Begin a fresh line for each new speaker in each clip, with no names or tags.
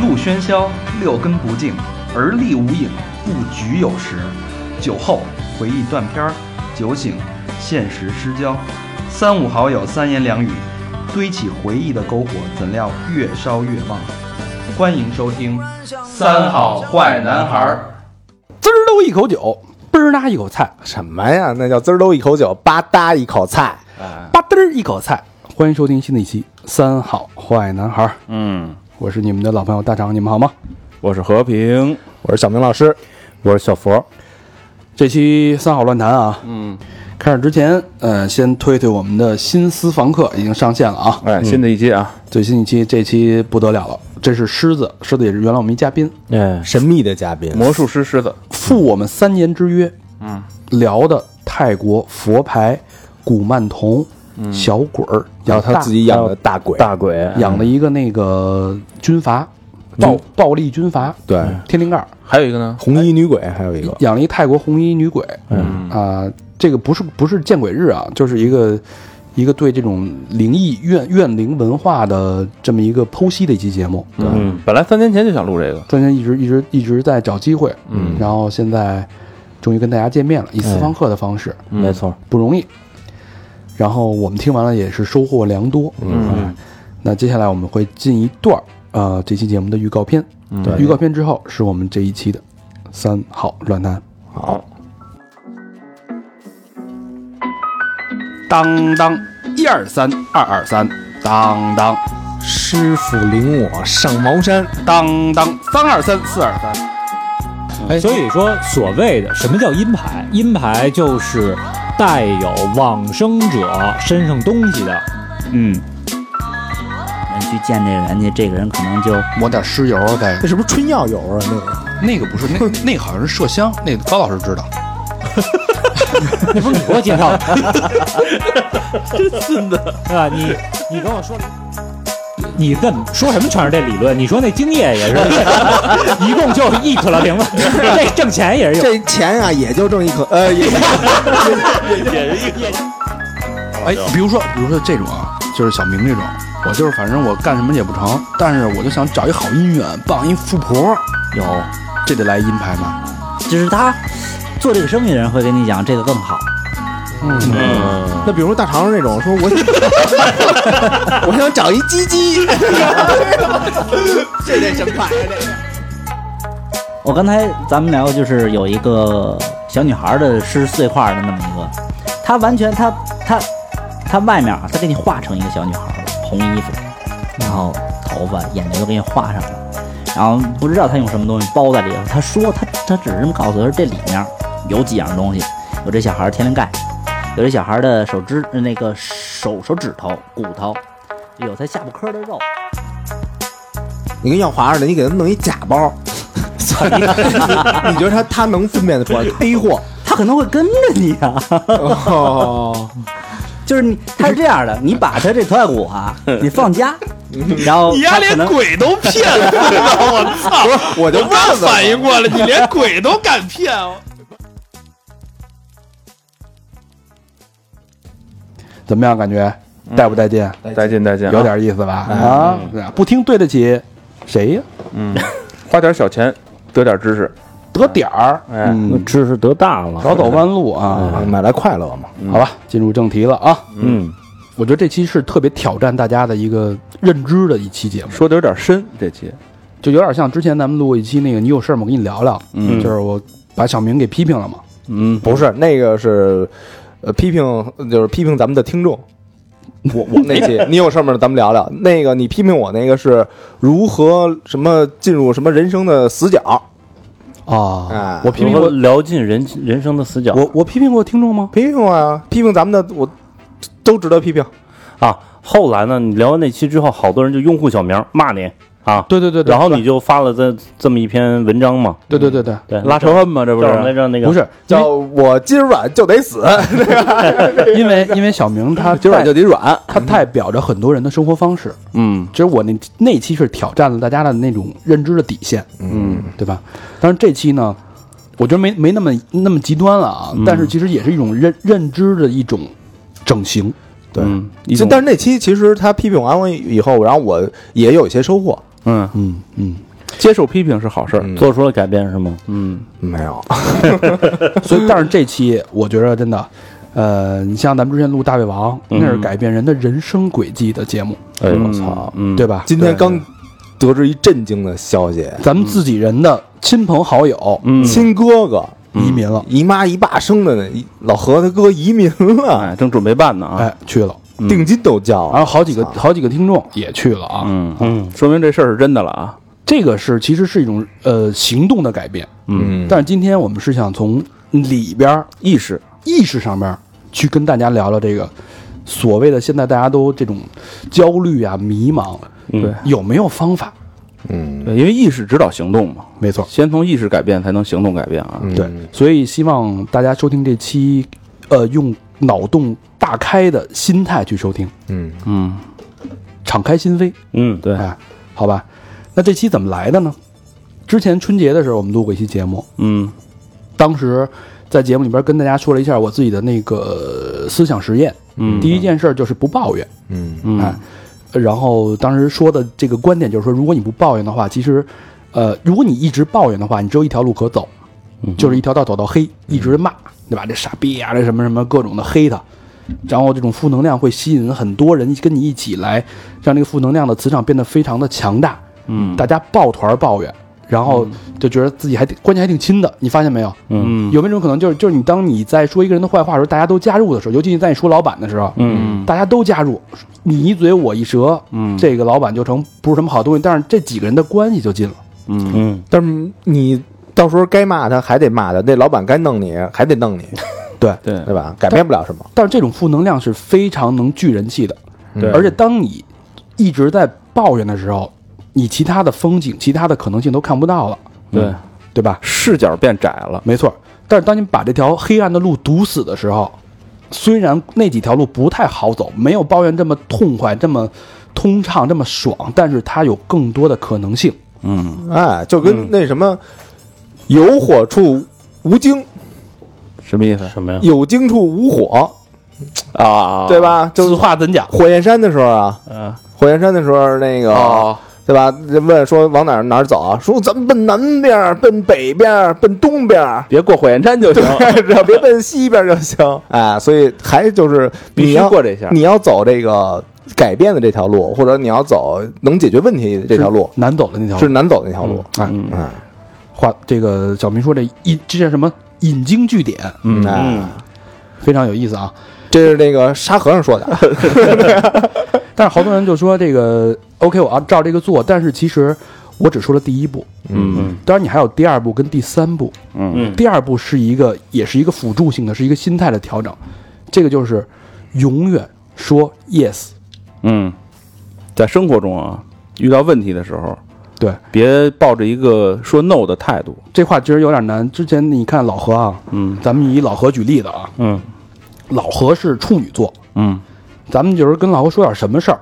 路喧嚣，六根不净，而立无影，不局有时。酒后回忆断片儿，酒醒现实失焦。三五好友三言两语，堆起回忆的篝火，怎料越烧越旺。欢迎收听《三好坏男孩儿》。
滋儿溜一口酒，嘣儿啦一口菜，
什么呀？那叫滋儿溜一口酒，吧嗒一口菜。
哎
吧嘚儿一口菜。欢迎收听新的一期《三好坏男孩》，
嗯，
我是你们的老朋友大长，你们好吗？
我是和平，
我是小明老师，
我是小佛。
这期《三好乱谈》啊，嗯，开始之前，呃，先推推我们的新私房课已经上线了啊，
嗯
哎，新的一期啊，
最新一期，这期不得了了，这是狮子，狮子也是原来我们一嘉宾，
哎，
神秘的嘉宾，
魔术师狮子，
赴我们三年之约，嗯，聊的泰国佛牌、古曼童、小鬼儿，
然后他自己养的大鬼，
大鬼，
养了一个那个军阀，暴暴力军阀，
对，
天灵盖儿，
还有一个呢，
红衣女鬼，还有一个
养了一泰国红衣女鬼，嗯啊、这个不是不是见鬼日啊，就是一个一个对这种灵异怨怨灵文化的这么一个剖析的一期节目，
嗯，本来三年前就想录这个，
专家一直一直一直在找机会，嗯，然后现在终于跟大家见面了，以私房课的方式，
没错，
不容易。然后我们听完了也是收获良多，嗯，那接下来我们会进一段儿呃这期节目的预告片，对，预告片之后是我们这一期的三好乱谈，
好，
当当一二三二二三，当当
师傅领我上茅山。
当当三二三四二三，
哎，
所以说，所谓的什么叫阴牌？阴牌就是带有往生者身上东西的。
嗯，
人去见这个人家，这个人可能就
抹点尸油在
那是不是春药油啊？那个
那个不是那那好像是麝香，那个高老师知道，
那不是你给我介 绍的，真孙子啊！你你跟我说，你跟说什么全是这理论？你说那精液也是， 一共就一可乐瓶 子，这挣钱也是有。
这钱啊，也就挣一口，呃，也
哎，比如说比如说这种啊，就是小明这种，我就是反正我干什么也不成，但是我就想找一好姻缘，傍一富婆，
有，
这得来阴牌吧？
就是他做这个生意的人会跟你讲这个更好。
嗯
那比如说大肠这种，说我我想 找一鸡鸡，这得什么牌啊？这个
我刚才咱们聊就是有一个小女孩的是碎块的那么一个，她完全她她她外面啊，她给你画成一个小女孩了，红衣服，然后头发眼睛都给你画上了，然后不知道她用什么东西包在里头。她说她她只是这么告诉我说这里面有几样东西，有这小孩天灵盖，有这小孩的手指那个手手指头骨头，有他下巴颏的肉。
你跟耀华似的，你给他弄一假 包，你觉得他他能分辨得出来黑 货？
他可能会跟着你啊，
哦，
就是你，他是这样的，你把他这头盖骨啊，你放家，然后他可能
鬼都骗了， 我操！
我就问
刚
问，
反应过来，你连鬼都敢骗我！
怎么样？感觉
嗯
带不带劲？
再见再见，
有点意思吧？啊，对啊不听对得起谁呀？
花点小钱，得点知识，
得点儿，
哎
嗯，
知识得大了，
少走弯路啊！
嗯
嗯
买来快乐嘛。
好吧，进入正题了啊！
嗯，
我觉得这期是特别挑战大家的一个认知的一期节目，
说的有点深，这期，
就有点像之前咱们录过一期那个“你有事儿吗？我跟你聊聊”，嗯，就是我把小明给批评了嘛，
嗯，
不是那个是，呃，批评就是批评咱们的听众。我我那 期你有事儿吗？咱们聊聊。那个你批评我那个是如何什么进入什么人生的死角？
啊
哎，
啊
我批评过
聊尽人人生的死角
我我批评过听众吗？
批评我呀，批评咱们的我都值得批评。
啊。后来呢，你聊完那期之后，好多人就拥护小明骂你啊，
对对对，对
然后你就发了这这么一篇文章嘛，
对对对对，
对，
拉仇恨嘛，这不
叫什么来
是？
着？那个
不是
叫我今儿晚就得死，
因为因为小明他
今儿晚就得软。
他代表着很多人的生活方式，
嗯
其实我那那期是挑战了大家的那种认知的底线，
嗯，
对吧？但是这期呢，我觉得没没那么那么极端了啊，但是其实也是一种认认知的一种整形，
对，
嗯，一
就
种
但是那期其实他批评完我以后，然后我也有一些收获。
嗯，
嗯嗯，
接受批评是好事儿。
嗯
做出了改变是吗？
嗯，
没有，
所以，但是这期我觉得真的，呃，你像咱们之前录《大胃王》，那是改变人的人生轨迹的节目，
哎呦我
嗯
操！，
嗯，
对吧？
今天刚得知一震惊的消息，
咱们自己人的亲朋好友
嗯，
亲哥哥
移民了，
姨妈姨爸生的呢，一老何他哥移民了，
哎，正准备办呢啊，
哎，去了，
嗯
定金都交
然后
了，
好几个好几个听众也去了啊。
嗯嗯，说明这事儿是真的了啊。
这个是其实是一种呃行动的改变，
嗯
但是今天我们是想从里边儿
意识，
意识上面儿去跟大家聊聊这个所谓的现在大家都这种焦虑啊、迷茫，
对，
有没有方法？
嗯
对因为意识指导行动嘛，
没错，
先从意识改变，才能行动改变啊。
嗯
对，所以希望大家收听这期，呃，用脑洞大开的心态去收听，
嗯
嗯，
敞开心扉，
嗯，对，
哎，好吧？那这期怎么来的呢？之前春节的时候，我们录过一期节目，
嗯
当时在节目里边跟大家说了一下我自己的那个呃思想实验。
嗯
第一件事就是不抱怨，
嗯
哎
嗯，
然后当时说的这个观点就是说，如果你不抱怨的话，其实，呃，如果你一直抱怨的话，你只有一条路可走，
嗯
就是一条道走到黑，一直骂，对吧？这傻逼呀、这什么什么各种的黑他，然后这种负能量会吸引很多人跟你一起来，让这个负能量的磁场变得非常的强大，
嗯
大家抱团抱怨，然后就觉得自己还挺关系还挺亲的，你发现没有？
嗯
有没有一种可能，就是就是你当你在说一个人的坏话的时候，大家都加入的时候，尤其你在你说老板的时候，
嗯
大家都加入，你一嘴我一舌，
嗯
这个老板就成不是什么好东西，但是这几个人的关系就近了。
嗯
嗯，
但是你到时候该骂他还得骂他，那老板该弄你还得弄你，
对
对吧？改变不了什么，
但是这种负能量是非常能聚人气的，
嗯
对
而且当你一直在抱怨的时候，你其他的风景、其他的可能性都看不到了，
对，
对吧？
视角变窄了，
没错。但是当你把这条黑暗的路堵死的时候，虽然那几条路不太好走，没有抱怨这么痛快、这么通畅、这么爽，但是它有更多的可能性。
嗯，
哎，就跟那什么，有火处无精，
什么意思
什么呀？
有精处无火，
啊？
对？吧？就是
话怎讲？
火焰山的时候啊，
嗯，
火焰山的时候那个。
哦，
对吧？人问说往哪儿哪儿走啊？说咱们奔南边儿，奔北边儿，奔东边儿，
别过火焰山就行，
对，
哦
只要 别奔西边儿就行。哎，所以还就是
必
你
须
要
过这下。
你要走这个改变的这条路，或者你要走能解决问题的这条路，
难走的那条
是
路。
难走的那条路。
哎，
嗯
嗯
话这个小明说这引这叫什么引经据典，
嗯
哎，
非常有意思啊。
这是那个沙和尚说 的。
但是好多人就说这个 OK，我要啊照这个做，但是其实我只说了第一步，
嗯
当然你还有第二步跟第三步。
嗯
第二步是一个也是一个辅助性的，是一个心态的调整。这个就是永远说 yes，
嗯，在生活中啊，遇到问题的时候，
对
别抱着一个说 no 的态度。
这话其实有点难。之前你看老何啊，
嗯
咱们以老何举例子啊，
嗯
老何是处女座，
嗯
咱们就是跟老何说点什么事儿，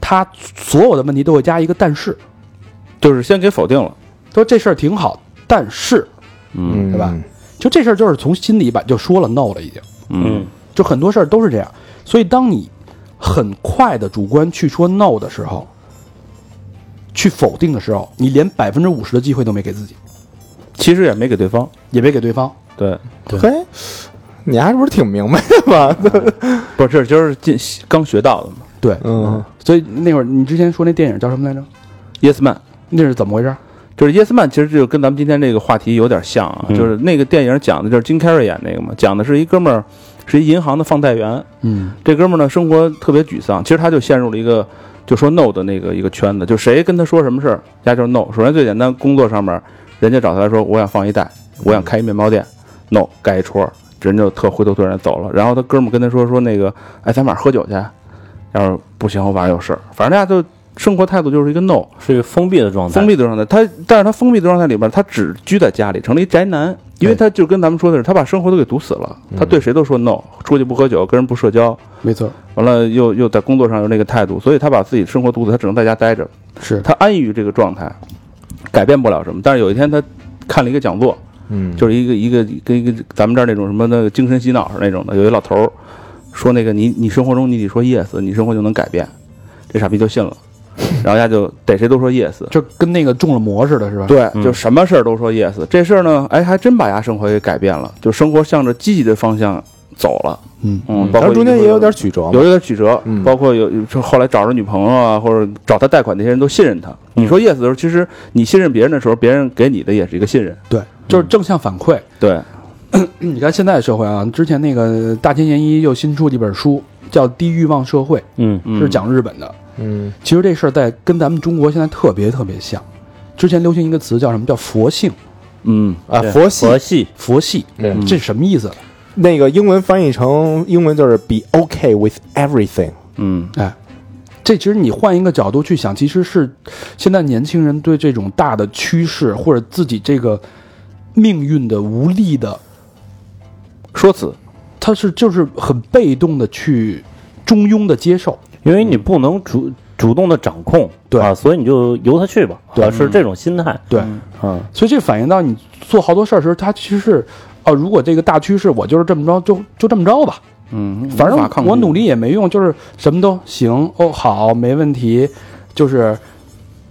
他所有的问题都会加一个但是，
就是先给否定了，
说这事儿挺好，但是
嗯
对吧？就这事儿就是从心里把就说了 no 了，已经
嗯
就很多事儿都是这样。所以当你很快的主观去说 no 的时候，去否定的时候，你连百分之五十的机会都没给自己，
其实也没给对方，
也别给对方。
对，
嘿，你还是不是挺明白的吧？
不是，这就是进刚学到的嘛。
对，
嗯，
所以那会儿你之前说那电影叫什么来着？
Yes Man，
那是怎么回事？
就是 Yes Man，其实就跟咱们今天这个话题有点像啊，
嗯
就是那个电影讲的就是金凯瑞演那个嘛，讲的是一哥们儿是一银行的放贷员，
嗯
这哥们儿呢生活特别沮丧，其实他就陷入了一个就说 no 的那个一个圈子，就谁跟他说什么事儿，他就是 no。首先最简单，工作上面人家找他来说我想放一贷，我想开一面包店，no 盖一戳，人就特灰头土脸走了。然后他哥们儿跟他说说那个，哎，咱晚上喝酒去，要是不行我晚上有事儿，反正大家就生活态度就是一个 no。
是一个封闭的状态，
封闭的状态，他但是他封闭的状态里边，他只居在家里，成了一宅男，因为他就跟咱们说的是，他把生活都给堵死了，他对谁都说 no，出去不喝酒，跟人不社交，
没错，
完了又又在工作上有那个态度，所以他把自己生活堵死，他只能在家待着，
是
他安于这个状态，改变不了什么。但是有一天他看了一个讲座，
嗯，
就是一个一个跟一个咱们这儿那种什么那个精神洗脑似的那种的，有一老头儿 说那个你你生活中你得说 yes，你生活就能改变，这傻逼就信了。然后丫就逮谁都说 yes，
就跟那个中了魔似的，是吧？，
对，
嗯
就什么事儿都说 yes。这事儿呢，哎，还真把丫生活给改变了，就生活向着积极的方向走了。
嗯
嗯，
然
包括
后中间也有点
曲
曲折嘛
有。有点曲折，
嗯
包括有有后来找着女朋友啊，或者找他贷款那些人都信任他。你说 yes 的时候，其实你信任别人的时候，别人给你的也是一个信任。
对，就是正向反馈。
对，
嗯
你看现在社会啊，之前那个大前研一又新出了一本书，叫《低欲望社会》，
嗯，
嗯
是讲日本的。
嗯
其实这事儿在跟咱们中国现在特别特别像。之前流行一个词叫什么？叫佛性，
嗯
啊，
对
佛系
佛系，
佛系，
对嗯
这什么意思？
那个英文翻译成英文就是 be okay with everything。
嗯
哎，这其实你换一个角度去想，其实是现在年轻人对这种大的趋势或者自己这个命运的无力的，
说辞，
他是就是很被动的去中庸的接受。
因为你不能主主动的掌控，
对
啊，所以你就由他去吧，
对
啊是这种心态，
对，啊
嗯，
所以这反映到你做好多事儿的时候，他其实是哦、如果这个大趋势我就是这么着，就就这么着吧，
嗯，
反
无法抗
正
拒
我努力也没用，就是什么都行哦，好，没问题，就是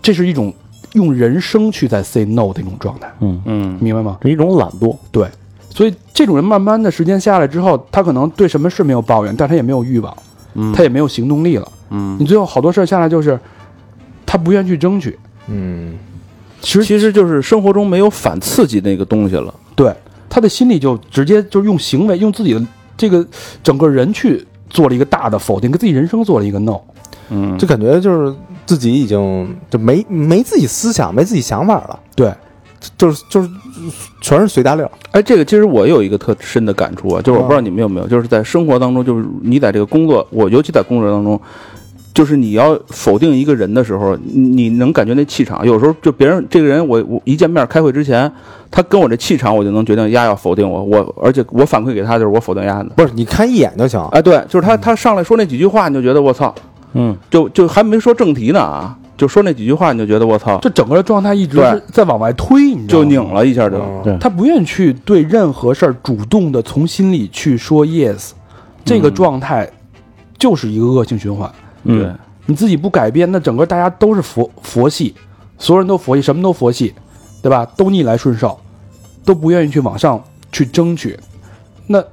这是一种用人生去在 say no 的一种状态，
嗯
明白吗？
是一种懒惰，
对，所以这种人慢慢的时间下来之后，他可能对什么事没有抱怨，但他也没有欲望，
嗯
他也没有行动力了。
嗯
你，最后好多事儿下来就是，他不愿意去争取。
嗯，
其实
其实就是生活中没有反刺激那个东西了。
对他的心里就直接就用行为，用自己的这个整个人去做了一个大的否定，跟自己人生做了一个 no。
嗯
就感觉就是自己已经就没没自己思想，没自己想法了，
对，
就是就是全是随大溜。
哎，这个其实我有一个特深的感触啊，就是我不知道你们有没有，就是在生活当中，就是你在这个工作，我尤其在工作当中，就是你要否定一个人的时候，你你能感觉那气场。有时候就别人这个人我，我一见面开会之前，他跟我这气场，我就能决定丫要否定我，我而且我反馈给他就是我否定丫的。
不是，你看一眼就行。
哎，对，就是他他上来说那几句话，你就觉得我操，
嗯，
就就还没说正题呢啊，就说那几句话，你就觉得我操，
这整个状态一直
对
是在往外推，你知道
就
吗？
拧了一下就。
嗯
对
他不愿意去对任何事儿主动的从心里去说 yes，这
嗯
个状态就是一个恶性循环。
嗯
对，
你自己不改变，那整个大家都是佛佛系，所有人都佛系，什么都佛系，对吧？都逆来顺受，都不愿意去往上去争取，那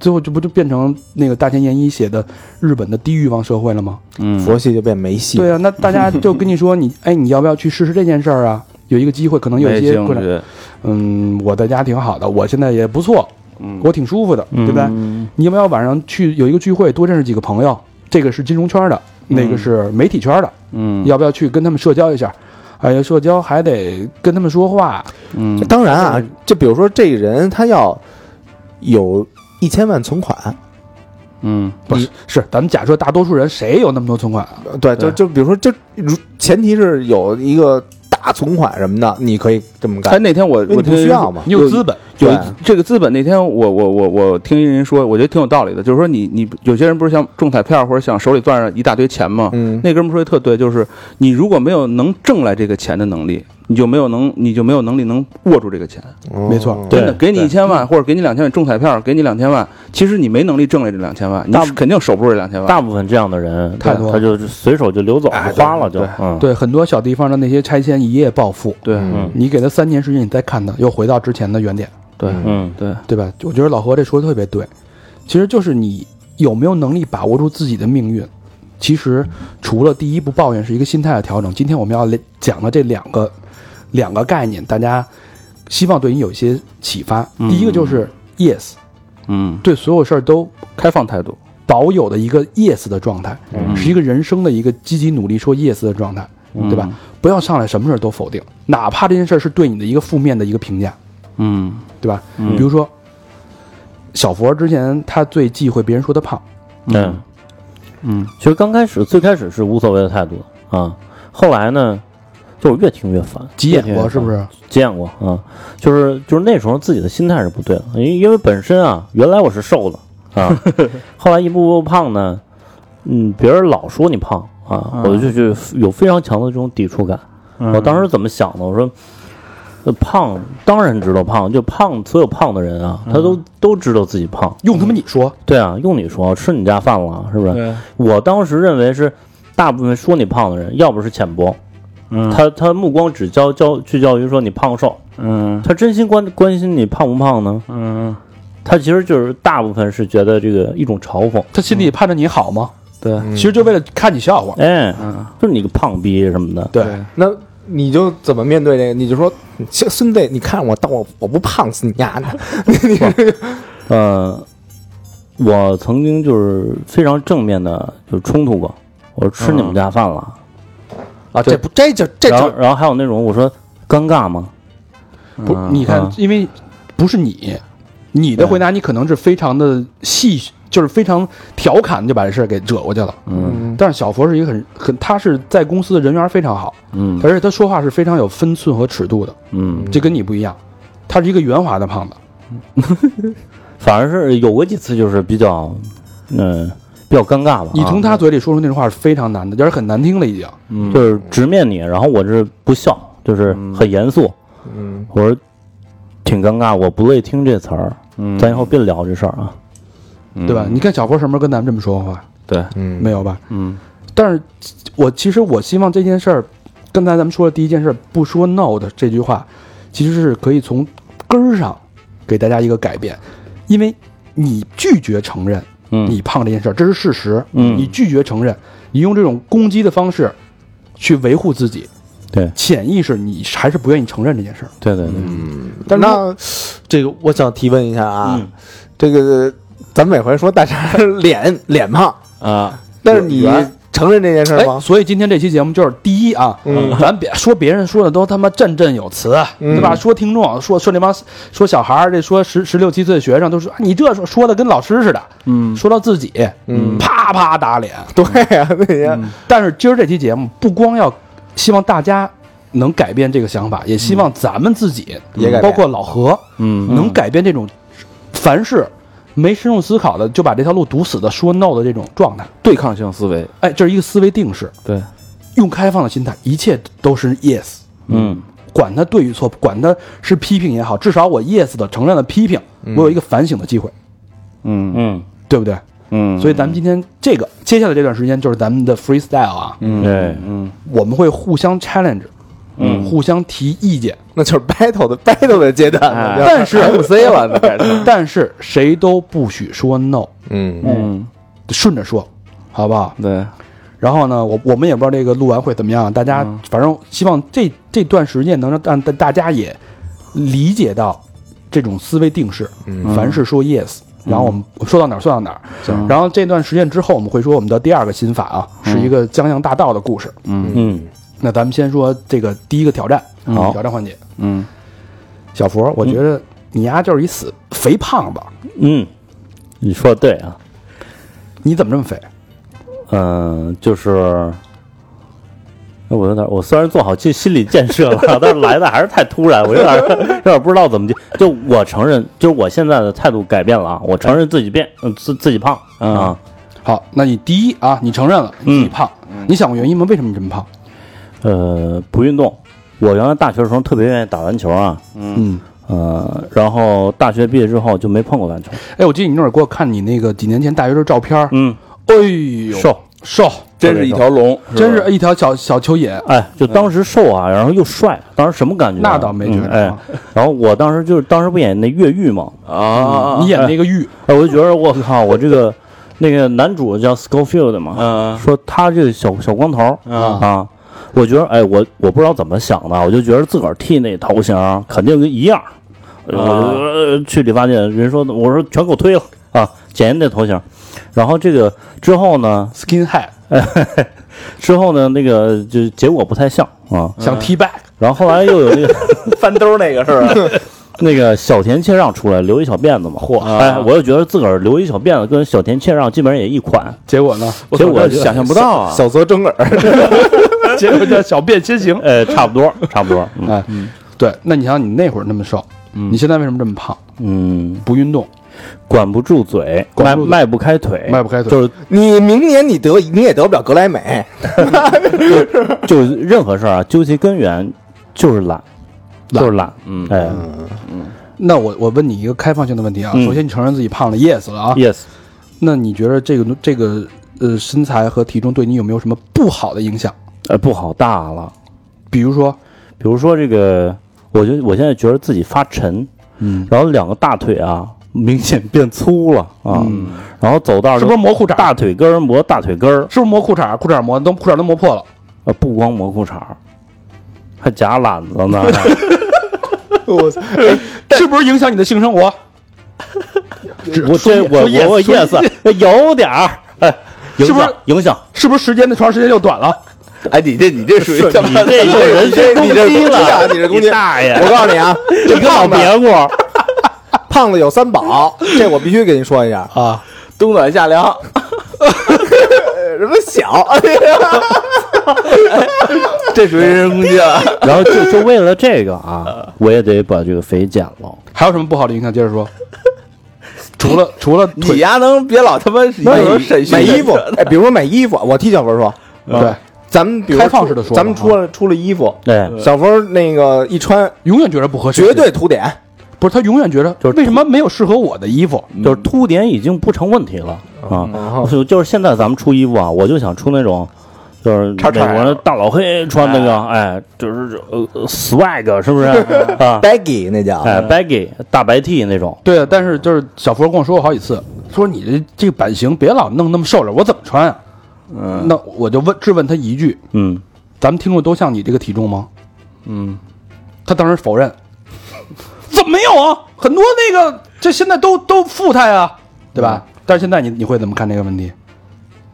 最后这不就变成那个大前研一写的日本的低欲望社会了吗？
嗯，
佛系就变没戏。
对啊，那大家就跟你说，你哎，你要不要去试试这件事儿啊？有一个机会，可能有一
没
些
兴
困难。
趣，
嗯，我在家挺好的，我现在也不错，
嗯，
我挺舒服的，对不对？
嗯
你要不要晚上去有一个聚会，多认识几个朋友？这个是金融圈的，那个是媒体圈的，
嗯
要不要去跟他们社交一下？哎呀，社交还得跟他们说话，
嗯
当然啊，就比如说这人他要有一千万存款，
嗯
不是是，咱们假设大多数人谁有那么多存款啊？
呃对，就
对
就比如说就如前提是有一个大存款什么的，你可以这么
哎，
干，
那天我
因为
我
你不
听
需要嘛。
你有资本，
有
对
这个资本。那天我我我我听一人说，我觉得挺有道理的，就是说你你有些人不是想中彩票或者想手里攥着一大堆钱吗？
嗯，
那哥们说的特对，就是你如果没有能挣来这个钱的能力，你就没有能你就没有能力能握住这个钱。
哦
没错
对
真的，给你一千万或者给你两千万中彩票，给你两千万，其实你没能力挣来这两千万，你
大
肯定守不住这两千万。
大部分这样的人，
太多了
嗯
哎
他就随手就流走，就花了就，嗯，
对很多小地方的那些拆迁一夜暴富，
对
嗯
你给他三年时间，你再看他又回到之前的原点，
对
嗯，
对，
对吧？我觉得老何这说的特别对，其实就是你有没有能力把握住自己的命运。其实除了第一不抱怨是一个心态的调整，今天我们要来讲的这两个两个概念，大家希望对你有一些启发。第一个就是 yes，
嗯，
对所有事儿都
开放态度，
保有的一个 yes 的状态，
嗯
是一个人生的一个积极努力说 yes 的状态，对吧？不要上来什么事儿都否定，哪怕这件事儿是对你的一个负面的一个评价，
嗯
对吧？比如说小佛之前他最忌讳别人说他胖，
嗯，
嗯，
其实刚开始最开始是无所谓的态度啊，后来呢，就我越听越烦，
急
越
眼
听越
过
烦
是不？是？
见过啊，就是就是那时候自己的心态是不对的，因因为本身啊，原来我是瘦的啊，后来一步步胖呢，嗯，别人老说你胖啊，嗯我就就有非常强的这种抵触感。我当时怎么想的？我说，呃胖当然知道胖，就胖所有胖的人啊，他都都知道自己胖。
用他妈你说，
对啊，用你说，吃你家饭了是不是？我当时认为是大部分说你胖的人，要不是浅薄，
嗯
他他目光只焦焦聚焦于说你胖瘦，
嗯
他真心关关心你胖不胖呢？
嗯，
他其实就是大部分是觉得这个一种嘲讽，
他
嗯
心里盼着你好吗？
对，
其实就为了看你笑话。
哎，
嗯
就是你个胖逼什么的，
对，那你就怎么面对这个？你就说，孙孙子，你看我，但我我不胖死你丫的！
嗯
呃，我曾经就是非常正面的就冲突过，我说吃你们家饭
嗯
了，
啊，这不这就这
然后
就
然后还有那种我说尴尬吗？
不，你看
嗯，
因为不是你，你的回答你可能是非常的戏，就是非常调侃，就把这事儿给惹过去了。
嗯
但是小佛是一个很很，他是在公司的人缘非常好，
嗯
而且他说话是非常有分寸和尺度的，
嗯，啊
这跟你不一样。他是一个圆滑的胖子，
反而是有过几次就是比较，嗯、比较尴尬吧。
你从
啊
他嘴里说出那种话是非常难的，就是很难听了已经。
就是直面你，然后我这不笑，就是很严肃，
嗯，
我说挺尴尬，我不乐意听这词儿，
嗯
咱以后别聊这事儿啊。
对吧？你看小波什么时候跟咱们这么说话？
对，
嗯
没有吧？
嗯，
但是我其实我希望这件事儿，刚才咱们说的第一件事儿，不说 no 的这句话，其实是可以从根儿上给大家一个改变，因为你拒绝承认
嗯
你胖这件事儿，这是事实，
嗯
你拒绝承认，你用这种攻击的方式去维护自己，
对
潜意识你还是不愿意承认这件事儿。
对对对，
嗯
但是那这个我想提问一下啊，
嗯
这个咱每回说大肠脸脸胖，
啊，
但是你
圆
承认这件事
哎，
吗？
所以今天这期节目就是第一啊，
嗯
咱别说别人说的都他妈振振有词，啊
嗯
对吧？说听众说说那帮说小孩儿，这说十十六七岁的学生都说啊你这说说的跟老师似的，
嗯
说到自己，
嗯
啪啪打脸。
对呀，那些
但是今儿这期节目不光要希望大家能改变这个想法，也希望咱们自己，
也改变
包括老何，
嗯
能改变这种凡事没深入思考的就把这条路堵死的说 no 的这种状态。
对抗性思维，
哎，这是一个思维定式。
对，
用开放的心态，一切都是 yes，
嗯
管他对与错，管他是批评也好，至少我 yes 的承认了批评，我有一个反省的机会，
嗯
嗯
对不对？
嗯，
所以咱们今天这个接下来这段时间就是咱们的 freestyle 啊，
嗯
对
嗯
我们会互相 challenge，嗯，互相提意见，
那就是 battle 的 battle 的阶段
哎
了。要
但是
MC 了，那 开始，
但是谁都不许说 no，
嗯
嗯，
顺着说，好不好？
对，
然后呢，我我们也不知道这个录完会怎么样，大家
嗯
反正希望这这段时间能让让大家也理解到这种思维定式，
嗯
凡事说 yes，然后我们说到哪儿算到哪儿。然后这段时间之后，我们会说我们的第二个心法啊，是一个江洋大盗的故事。
嗯
那咱们先说这个第一个挑战，好，挑战环节，
嗯
小佛，我觉得你丫就是一死肥胖子，
嗯，你说的对啊，
你怎么这么肥？
嗯、就是。那我有点，我虽然做好心心理建设了，但是来的还是太突然，我有点有点不知道怎么接。就我承认，就是我现在的态度改变了啊，我承认自己变，嗯、自自己胖啊，
好，那你第一啊，你承认了你自己
嗯
胖，你想过原因吗？为什么你这么胖？
呃，不运动。我原来大学的时候特别愿意打篮球啊，
嗯。
呃，然后大学毕业之后就没碰过篮球。
哎，我记得你那会儿给我看你那个几年前大学时候照片儿，
嗯，
哎呦，
瘦，
瘦，
真是一条龙，
真
吧
是一条小小蚯蚓，
哎，就当时瘦啊，然后又帅，当时什么感觉啊、
那倒没觉得
嗯
啊
哎，然后我当时就是当时不演那越狱嘛，
啊，
你演那个玉，
哎，我就觉得我靠，我这个那个男主叫 Schofield 嘛，
嗯
说他这个小小光头儿、啊，我觉得哎，我我不知道怎么想的，我就觉得自个儿剃那头型儿肯定跟一样儿，我就、呃去理发店，人说我说全给我推了啊，检验那头型儿，然后这个之后呢，
skin high，
之后呢，那个就结果不太像啊，
想 T back，
然后后来又有那个
翻兜那个是吧？
那个小田切让出来留一小辫子嘛，嚯，哎，我就觉得自个儿留一小辫子跟小田切让基本上也一款，
结果呢？
我
结
操
果
这想象不到啊，
小泽征尔，
结果叫小便先行。
呃，差不多，差不多，嗯
哎，对，那你想你那会儿那么瘦，你现在为什么这么胖？
嗯，
不运动，
管不住嘴，
管
迈
不住嘴
迈不开腿，
迈不开腿
哎就是
你明年你得你也得不了格莱美，
就是任何事儿啊，究其根源就是懒，
懒
就是懒，
嗯
哎
那我我问你一个开放性的问题啊，
嗯
首先你承认自己胖了，yes 了啊，
，yes，
那你觉得这个这个呃身材和体重对你有没有什么不好的影响？
呃，不好大了。
比如说，
比如说这个，我觉得我现在觉得自己发沉，
嗯，
然后两个大腿啊明显变粗了啊，然后走道
嗯是不是
就
磨裤衩？
大腿根儿磨大腿根儿，
是不是磨裤衩？裤衩磨都裤衩都磨破了。
啊，不光磨裤衩儿，还夹懒子 呢，
我操，
是不是影响你的性生活？
我这我我我 yes 有 点儿，哎，影
是不是
响影响，
是不是时间的长时间就短了？
哎，你这你这属于
是
他
你
妈的
这个人身攻
你这
击
攻击啊
了，
你这攻击
大爷，
我告诉你啊，这
你根
胖
本
子
别过，
胖子有三宝，这我必须给你说一下。
冬暖夏凉，
呃什么小？
这属于人身攻击了。
然后就就为了这个啊，我也得把这个肥减了。
还有什么不好的影响？接着说。除了除了
你
腿，
丫能别老他妈有人审讯
买衣服，哎，比如说买衣服，我替小佛说，
对，
咱们比如
开放式的说
咱们
吧
出了出了衣服，
对，
小佛那个一穿
永远觉得不合适，
绝对凸点，
不是他永远觉得
就是嗯
为什么没有适合我的衣服？
就是凸点已经不成问题了啊！就就是现在咱们出衣服啊，我就想出那种，就是美
叉叉
国的大老黑穿那个，哎，就是呃呃 swag 是不是啊？
baggy 那叫，
哎，baggy 大白 T 那种，
对，但是就是小佛跟我说过好几次，说你这这个版型别老弄那么瘦了，我怎么穿啊？嗯，那我就问质问他一句：
嗯，
咱们听众都像你这个体重吗？嗯，他当时否认， 怎么没有啊？很多那个这现在都都富态啊，对吧？
嗯
但是现在你你会怎么看这个问题？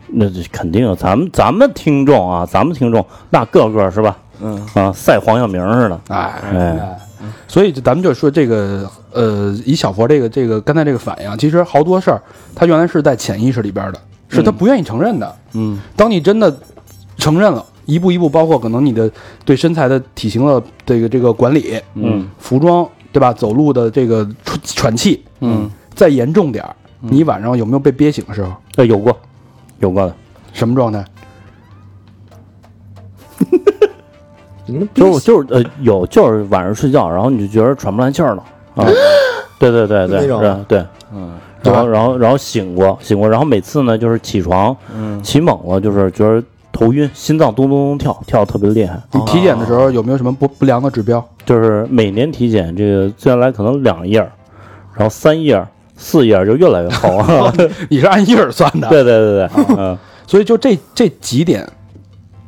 那这肯定，咱们咱们听众啊，咱们听众那个个是吧？嗯啊，赛黄晓明似的，
哎，
哎，
所以就咱们就说这个呃，以小佛这个这个刚才这个反应啊，其实好多事儿他原来是在潜意识里边的，是他不愿意承认的。
嗯，
当你真的承认了，一步一步，包括可能你的对身材的体型的这个这个管理，
嗯，
服装对吧？走路的这个喘喘气，嗯，再严重点儿，
嗯
你晚上有没有被憋醒的时候？
呃，有过，有过的，
什么状态？
就是就是呃有，就是晚上睡觉，然后你就觉得喘不来气儿了啊，对对对对，
那
是啊
种
吧，对，嗯，然后然后然后醒过醒过，然后每次呢就是起床，
嗯
起猛了，就是觉得头晕，心脏咚咚咚跳，跳得特别厉害，
你体检的时候有没有什么不不良的指标？
就是每年体检这个原来可能两页儿，然后三页儿、四页儿就越来越厚，
你是按一耳算的，
对对对
啊
对，嗯，
所以就这这几点，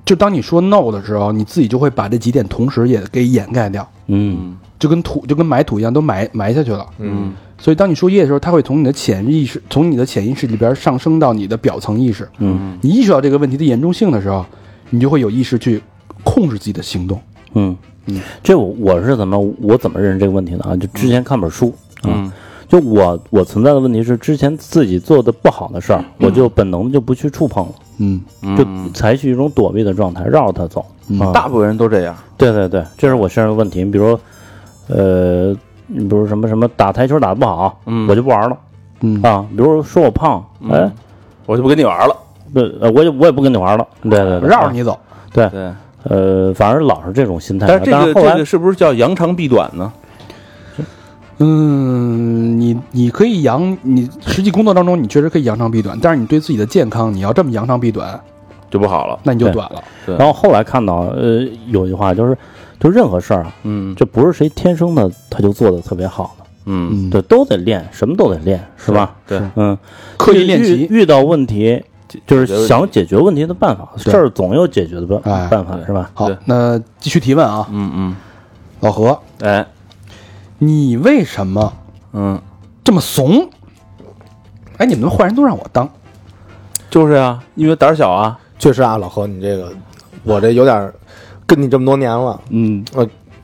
就当你说 no 的时候，你自己就会把这几点同时也给掩盖掉，
嗯，
就跟土就跟埋土一样，都埋埋下去了。
嗯，
所以当你说 yes 的时候，它会从你的潜意识，从你的潜意识里边上升到你的表层意识。
嗯，
你意识到这个问题的严重性的时候，你就会有意识去控制自己的行动。
嗯，这我我是怎么我怎么认识这个问题的啊？就之前看本书，嗯，就我我存在的问题是之前自己做的不好的事儿，我就本能地就不去触碰了，
嗯，
就采取一种躲避的状态，绕着它走。啊，
大部分人都这样，
对对对，这是我身上的问题。你比如，呃，你比如什么什么打台球打得不好，我就不玩了，
嗯
啊，比如说我胖，哎，
我就不跟你玩了。
不，呃我也我也不跟你玩了，对对对，
绕着你走。
对，
呃，反正老是这种心态。
但是这个
后来
这个是不是叫扬长避短呢？
嗯，你你可以扬你实际工作当中，你确实可以扬长避短，但是你对自己的健康，你要这么扬长避短，
就不好了。
那你就
对
短了。
对
然后后来看到，呃，有句话就是，就任何事儿啊，
嗯
这不是谁天生的他就做的特别好的，
嗯，
嗯，
对，都得练，什么都得练，是吧？
对，
嗯，
刻意
遇
练习。
遇遇到问题就是想解决问题的办法，事
对
儿总有解决的
哎
办办法，是吧？
好
对，
那继续提问啊，
嗯
老何，
嗯，哎，
你为什么
嗯，
这么怂？哎，你们坏人都让我当，
就是啊，因为胆儿小啊。
确实啊，老何，你这个我这有点儿跟你这么多年了，呃
嗯，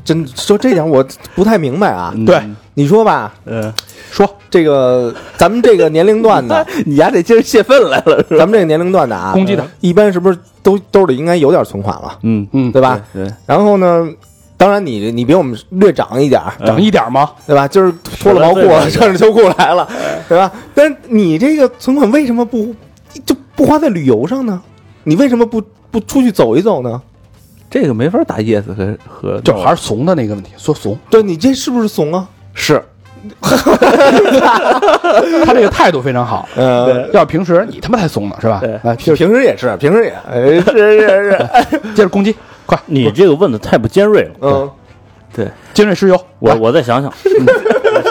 真说这点我不太明白啊。对，你说吧，
嗯，
说
这个咱们这个年龄段的，
你丫这今儿泄愤来了，
咱们这个年龄段的啊，
攻击他，
一般是不是都兜里应该有点存款了，
嗯，
嗯，
对吧？
对，
然后呢，当然你你比我们略长一点儿，
嗯
长一点吗？
对吧？今儿脱了毛裤，啊穿着秋裤来了，
哎
对吧？但你这个存款为什么不就不花在旅游上呢？你为什么不不出去走一走呢？
这个没法打 yes 和和
就还是怂的那个问题，说怂，
对你这是不是怂啊？
是
他这个态度非常好。
嗯
呃，
要是平时你他妈太怂了是吧？来，接
哎
着
平平时也是，平时也，哎，是是是，
接着攻击，快，
你这个问的太不尖锐了，
嗯，
精锐石油，
我
来
我再想想，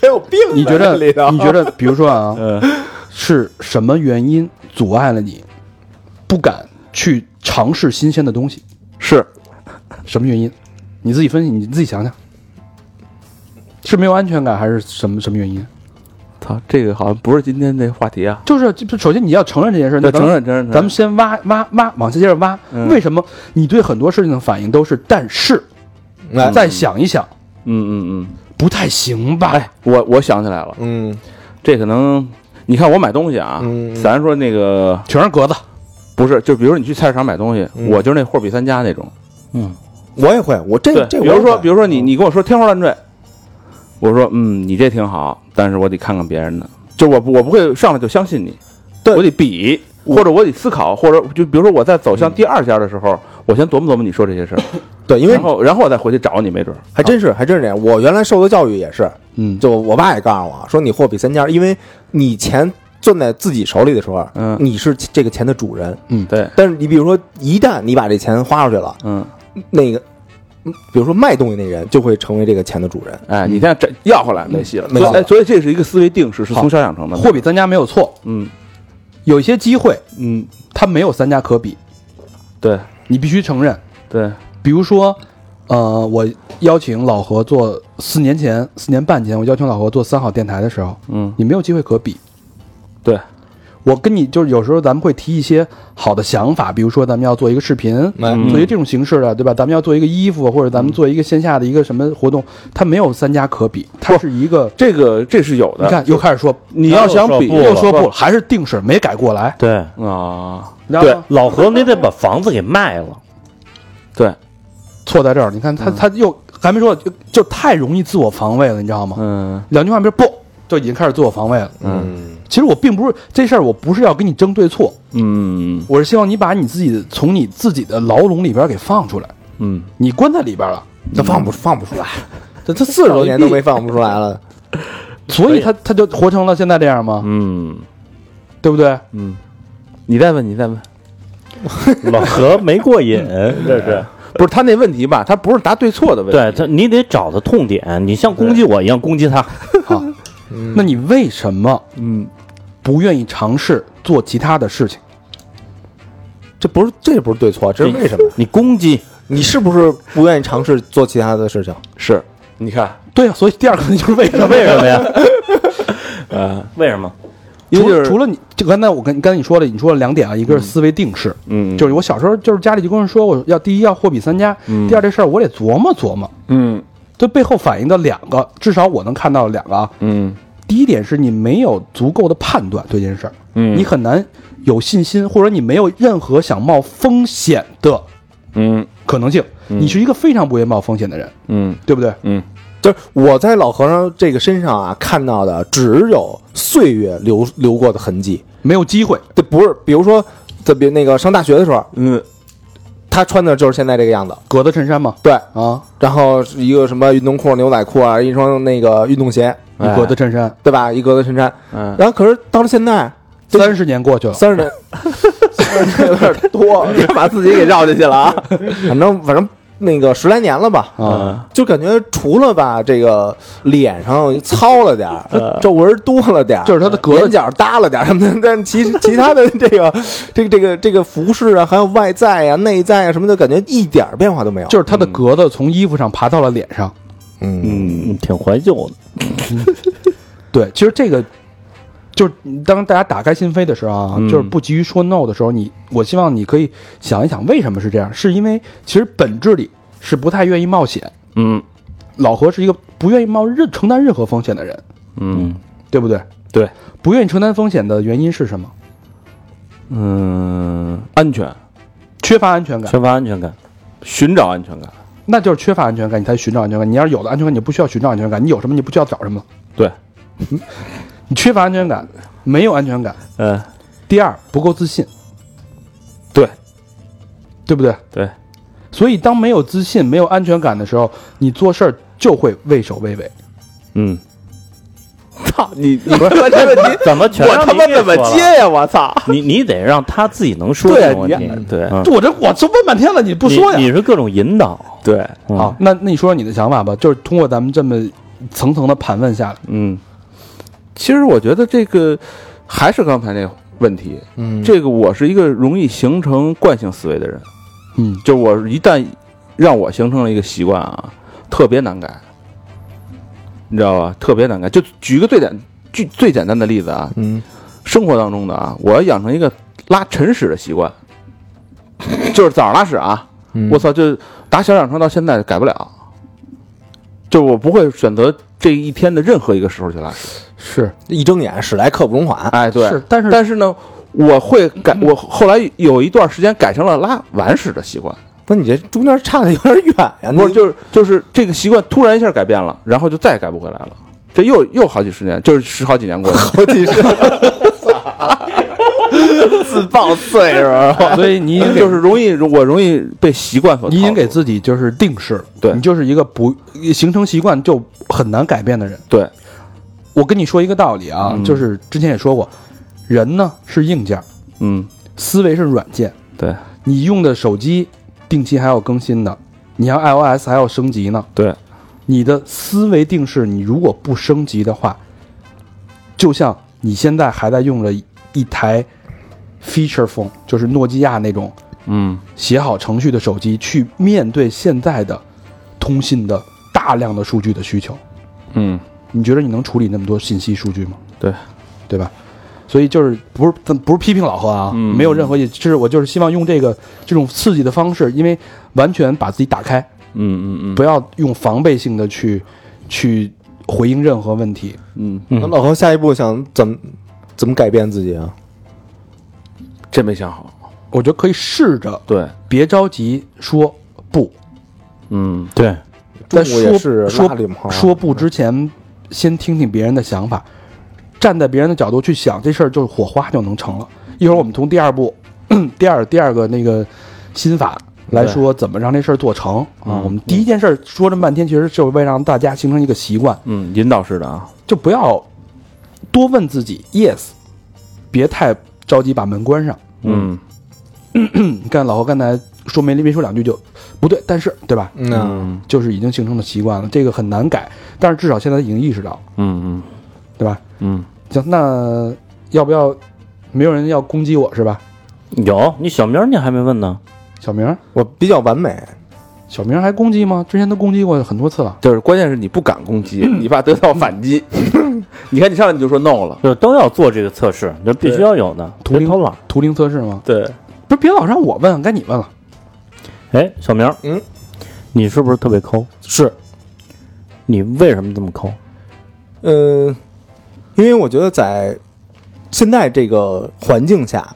还有病 啊，
你 觉
这里头
得你觉得，比如说啊，
嗯
是什么原因阻碍了你不敢去尝试新鲜的东西？
是
什么原因？你自己分析，你自己想想，是没有安全感还是什么什么原因？
操，这个好像不是今天这话题啊。
就是就首先你要承认这件事，那
对，
咱们
承认承认，嗯
咱们先挖挖挖，往下接着挖。为什么你对很多事情的反应都是但是？
哎
再想一想，
嗯嗯嗯，
不太行吧？
哎，我我想起来了，
嗯
这可能你看我买东西啊，
嗯
咱说那个
全是格子，
不是，就比如你去菜市场买东西，
嗯
我就是那货比三家那种。
我也会，我这
对，
哎这我
比
也会，
如说比如说你你跟我说天花乱坠，我说嗯你这挺好，但是我得看看别人的，就我不我不会上来就相信你，
对
我得比。或者我得思考，或者就比如说我在走向第二家的时候，我先琢磨琢磨你说这些事儿，
对，因为
然后然后我再回去找你，没准儿
还真是还真是这样，我原来受的教育也是，
嗯，
就我爸也告诉我说，你货比三家，因为你钱攥在自己手里的时候，啊
嗯
你是这个钱的主人，
嗯
对。
但是你比如说，一旦你把这钱花出去了，
嗯，
那个，嗯比如说卖东西那人就会成为这个钱的主人。
哎，你看这要回来没戏了，
没戏
所以
了
哎所以这是一个思维定式，是从小养成的。
货比三家没有错，
嗯
有一些机会
嗯，
它没有三家可比，
对
你必须承认。
对，
比如说，呃，我邀请老何做四年前、四年半前，我邀请老何做三好电台的时候，
嗯
你没有机会可比。
对，
我跟你就是有时候咱们会提一些好的想法，比如说咱们要做一个视频，
嗯
做一个这种形式的，对吧？咱们要做一个衣服，或者咱们做一个线下的一个什么活动，它没有三家可比，它是一个。
这个这是有的。
你看，又开始说，
你要想比
又说
不
不，还是定式没改过来，
对
啊，
然后
老何，你得把房子给卖了，
对，
错在这儿。你看
嗯
他，他又还没说，就就太容易自我防卫了，你知道吗？
嗯
两句话没说不，就已经开始自我防卫了。
嗯，
其实我并不是这事儿，我不是要跟你争对错，
嗯
我是希望你把你自己的从你自己的牢笼里边给放出来。
嗯，
你关在里边了，
他放不放不 出来，
这他四十
多
多
年
年
都
都
没
没，
放不出来了。
所以他他就活成了现在这样吗？
嗯
对不对？
嗯，你再问，你再问，
老何没过 瘾，这是。
不是他那问题吧？他不是答对错的问题，
对他，你得找他痛点，你像攻击我一样攻击他。
好，嗯那你为什么
嗯，
不愿意尝试做其他的事情？
这不是，这不是对错，这是为什么？
你攻击，
你是不是不愿意尝试做其他的事情？
是，你看，
对呀、所以第二个问题就是为什么？
为什么呀？呃，为什么？
因为就
除
是
除了你，就刚才我跟刚才你说了，你说了两点啊，一个是思维定式，
嗯
就是我小时候就是家里就跟人说，我要第一要货比三家，第二这事儿我得琢磨琢磨，
嗯
这背后反映的两个，至少我能看到两个啊。
嗯
第一点是你没有足够的判断对这件事儿，
嗯
你很难有信心，或者你没有任何想冒风险的
嗯
可能性。你是一个非常不会冒风险的人，
嗯
对不对？
嗯，
就是我在老和尚这个身上啊看到的，只有岁月留留过的痕迹。
没有机会，
这不是，比如说，特别那个上大学的时候，
嗯
他穿的就是现在这个样子。
格子衬衫嘛，
对，
啊，
然后是一个什么运动裤、牛仔裤啊，一双那个运动鞋，
一
哎
格子衬衫，
对吧？一格子衬衫。
嗯
然后可是到了现在，
三十年过去了，
三十年，三十年有点多，别 把自己给绕进去了啊。反正反正那个十来年了吧，
啊，
就感觉除了吧，这个脸上糙了点儿，皱纹多了点儿，
就是他的格
眼
子，
角耷拉点儿 什么的，但其实其他的这个这个这个这个服饰啊，还有外在啊、内在啊什么的，感觉一点儿变化都没有。
就是他的格子从衣服上爬到了脸上。
嗯，
嗯，挺怀旧的。
对，其实这个就是当大家打开心扉的时候啊，
嗯
就是不急于说 no 的时候，你我希望你可以想一想为什么是这样，是因为其实本质里是不太愿意冒险。
嗯
老何是一个不愿意冒任承担任何风险的人，
嗯
对不对？
对，
不愿意承担风险的原因是什么？
嗯，安全，
缺乏安全感，
缺乏安全感。
寻找安全感，
那就是缺乏安全感，你才寻找安全感。你要是有了安全感，你就不需要寻找安全感，你有什么你不需要找什么了。
对，
你缺乏安全感，没有安全感。
嗯，
第二，不够自信，
对
对不对？
对，
所以当没有自信、没有安全感的时候，你做事儿就会畏首畏尾，
嗯，
操你！你他妈这问 题，
怎么全
我
让
他
你
妈
给
怎么
说了
接？呀？我操！
你你得让他自己能说
对
这个问
你
题，
对，
嗯
我这我说问半天了，你不说呀？
你你是各种引导，
对，
嗯
好，，那那你说说你的想法吧，就是通过咱们这么层层的盘问下来，
嗯，其实我觉得这个还是刚才那问题，
嗯
这个我是一个容易形成惯性思维的人，
嗯，
就我一旦让我形成了一个习惯啊，特别难改，你知道吧？特别难改。就举个最简最最简单的例子啊，
嗯
生活当中的啊，我要养成一个拉晨屎的习惯，就是早上拉屎啊，
嗯
我操，就打小养成到现在改不了，就我不会选择这一天的任何一个时候去拉屎。
是
一睁眼史莱克不容缓，
哎，对，
是，但是
但是呢，我会改，我后来有一段时间改成了拉晚屎的习惯，
不是你这中间差的有点远呀？
不是，
你
就是就是这个习惯突然一下改变了，然后就再也改不回来了。这又又好几十年，就是十好几年过去了。
我得是 自爆碎是吧？
所以你已经给
就是容易，我容易被习惯所。
你已经给自己就是定式了，
对
你就是一个不形成习惯就很难改变的人。
对，
我跟你说一个道理啊，
嗯
就是之前也说过，人呢是硬件，
嗯，
思维是软件。
对，
你用的手机定期还要更新呢，你还要 iOS 还要升级呢。
对，
你的思维定式，你如果不升级的话，就像你现在还在用着一台 feature phone，就是诺基亚那种
嗯，
写好程序的手机去面对现在的通信的大量的数据的需求。
嗯，
你觉得你能处理那么多信息数据吗？
对，
对吧？所以就是不是咱不是批评老何啊，
嗯
没有任何意，就是我就是希望用这个这种刺激的方式，因为完全把自己打开，
嗯嗯
不要用防备性的去去回应任何问题。
嗯嗯，
那老何下一步想怎么怎么改变自己啊？
这没想好。
我觉得可以试着，
对，
别着急说不，
嗯
对，
在
中午也
说
是
说
拉里嘛，
说不之前，先听听别人的想法，站在别人的角度去想这事儿，就是火花就能成了。一会儿我们从第二步， 第二第二个那个心法来说，怎么让这事儿做成
嗯
啊？我们第一件事儿说这么半天，其实就是为让大家形成一个习惯，
嗯，引导式的啊，
就不要多问自己 yes，别太着急把门关上。
嗯
你看老何刚才说没没说两句就不对，但是对吧？
嗯啊
就是已经形成了习惯了，这个很难改，但是至少现在已经意识到了，
嗯
对吧？
嗯
行，那要不要？没有人要攻击我是吧？
有你小明儿你还没问呢，
小明儿，
我比较完美，
小明儿还攻击吗？之前都攻击过很多次了。
就是关键是你不敢攻击，你怕得到反 击。你看你上来你就说 no 了，
就是都要做这个测试，就必须要有的。
图
别
灵
偷懒儿，
图灵测试吗？
对，
不是，别老让我问，该你问了。
哎，小明，
嗯，
你是不是特别抠？
是，
你为什么这么抠？
嗯，因为我觉得在现在这个环境下，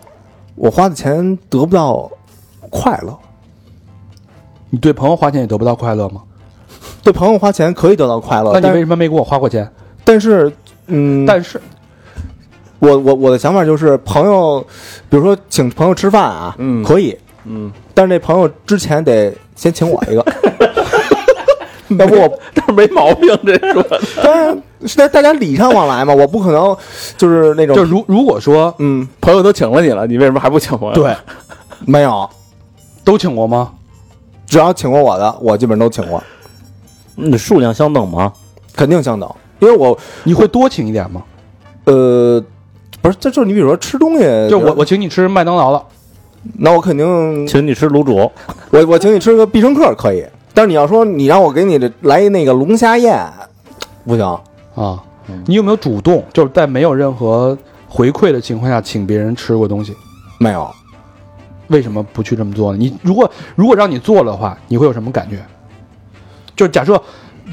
我花的钱得不到快乐，
你对朋友花钱也得不到快乐吗？
对朋友花钱可以得到快
那
乐，
你
呃但
为
是
什么没给我花过钱？
但是，嗯，
但是
我我我的想法就是，朋友，比如说请朋友吃饭啊，
嗯
可以，
嗯，
但是那朋友之前得先请我一个， 要不我
但是没毛病，这说的
当然是大大家礼尚往来嘛，我不可能就是那种，
就如如果说
嗯，
朋友都请了你了，你为什么还不请我？，
对，
没有，
都请过吗？
只要请过我的，我基本都请过，
你数量相等吗？
肯定相等，因为我
你会多请一点吗？
呃，不是，这就是你比如说吃东西，
就我我请你吃麦当劳了，
那我肯定
请你吃卤煮，
我我请你吃个必胜客可以，但是你要说你让我给你这来一那个龙虾宴，不行，
啊，你有没有主动就是在没有任何回馈的情况下请别人吃过东西？
没有。
为什么不去这么做呢？你如果如果让你做的话，你会有什么感觉？就是假设，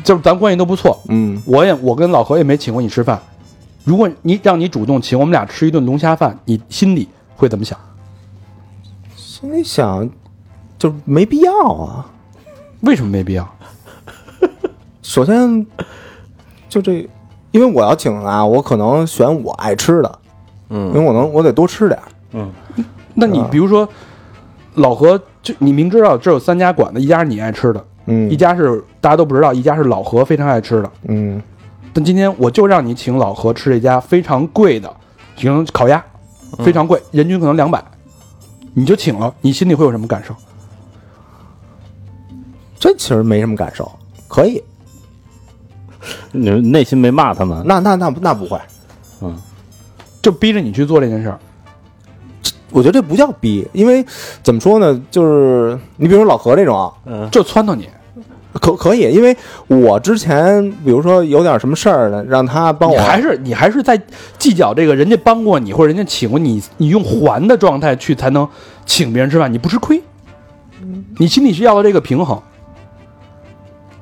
就是咱关系都不错，
嗯，
我也我跟老何也没请过你吃饭。如果你让你主动请我们俩吃一顿龙虾饭，你心里会怎么想？
心里想，就没必要啊。
为什么没必要？
首先，就这，因为我要请啊，我可能选我爱吃的，因为
嗯
我能我得多吃点儿。
那你比如说，老何就你明知道这有三家馆子，一家是你爱吃的，
嗯
一家是大家都不知道，一家是老何非常爱吃的。
嗯，
那但今天我就让你请老何吃这家非常贵的，比如烤鸭，非常贵，人均可能两百，你就请了，你心里会有什么感受？
这其实没什么感受，可以，
你们内心没骂他们，
那那那那不会，
就逼着你去做这件事儿，
我觉得这不叫逼，因为怎么说呢，就是你比如说老何这种啊，
就撺掇你，
可可以，因为我之前比如说有点什么事儿呢，让他帮
你
我，
还是你还是在计较这个人家帮过你或者人家请过你，你用还的状态去才能请别人吃饭，你不吃亏，你心里是要的这个平衡。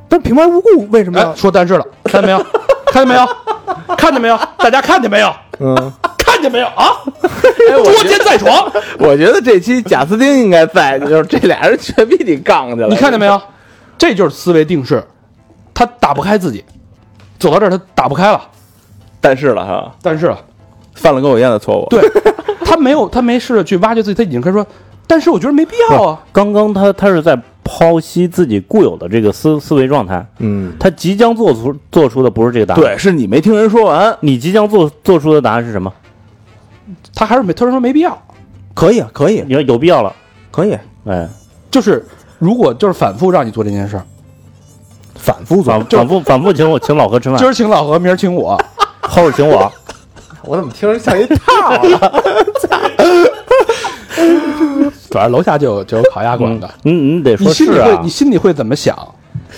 但平白无故为什么
哎，
要？
说但是了，看见没有？看见没有？看见没有？大家看见没有？
嗯，
哎
看见没有啊？捉奸在床，
我觉得这期贾斯汀应该在，就是这俩人全比你杠去了。
你看见没有？这就是思维定式，他打不开自己，走到这儿他打不开了。
但是了哈，
但是了，
犯了跟我一样的错误。
对他没有，他没试着去挖掘自己，他已经开始说，但是我觉得没必要
哦
啊。
刚刚他他是在剖析自己固有的这个思思维状态，
嗯，
他即将做出做出的不是这个答案，，
对，是你没听人说完。
你即将做做出的答案是什么？
他还是没，他说没必要。
可以，啊可以，
你说有必要了，
可以，
哎，
就是如果就是反复让你做这件事儿，
反复做
反。反复反复请我请老何吃饭
今，儿请老何，明儿请我，
后边请我，
我怎么听着像一
反正楼下就有就有烤鸭馆的。
你你得
你
说
心
是
里会，
啊
你，心里会怎么想？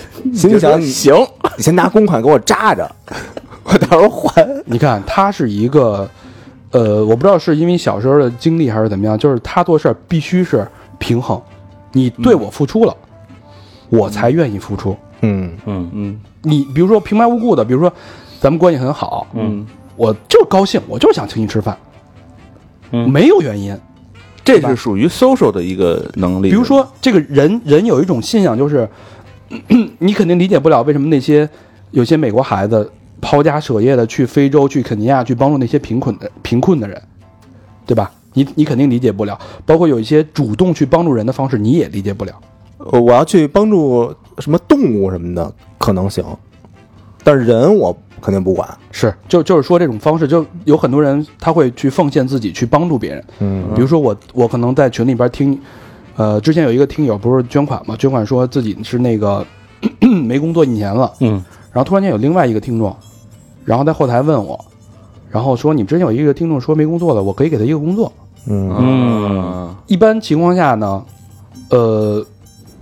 心想你
行，
你先拿公款给我扎 着，我到时候还。
你看，他是一个，呃，我不知道是因为小时候的经历还是怎么样，就是他做事儿必须是平衡，你对
嗯
我付出了，我才愿意付出。
嗯
嗯嗯，
你比如说平白无故的，比如说咱们关系很好，
嗯，
我就是高兴，我就是想请你吃饭，
嗯
没有原因。
这是属于 social 的一个能力。
比如说，这个人人有一种信仰，就是咳咳你肯定理解不了为什么那些有些美国孩子抛家舍业的去非洲、去肯尼亚去帮助那些贫困的贫困的人，对吧？你你肯定理解不了，包括有一些主动去帮助人的方式，你也理解不了。
呃我要去帮助什么动物什么的，可能行，但是人我肯定不管。
是，就就是说这种方式，就有很多人他会去奉献自己去帮助别人。
嗯
比如说我，我可能在群里边听，呃，之前有一个听友不是捐款嘛，捐款说自己是那个 没工作一年了，
嗯，
然后突然间有另外一个听众，然后在后台问我，然后说你们之前有一个听众说没工作了，我可以给他一个工作。
嗯
嗯，
一般情况下呢，呃，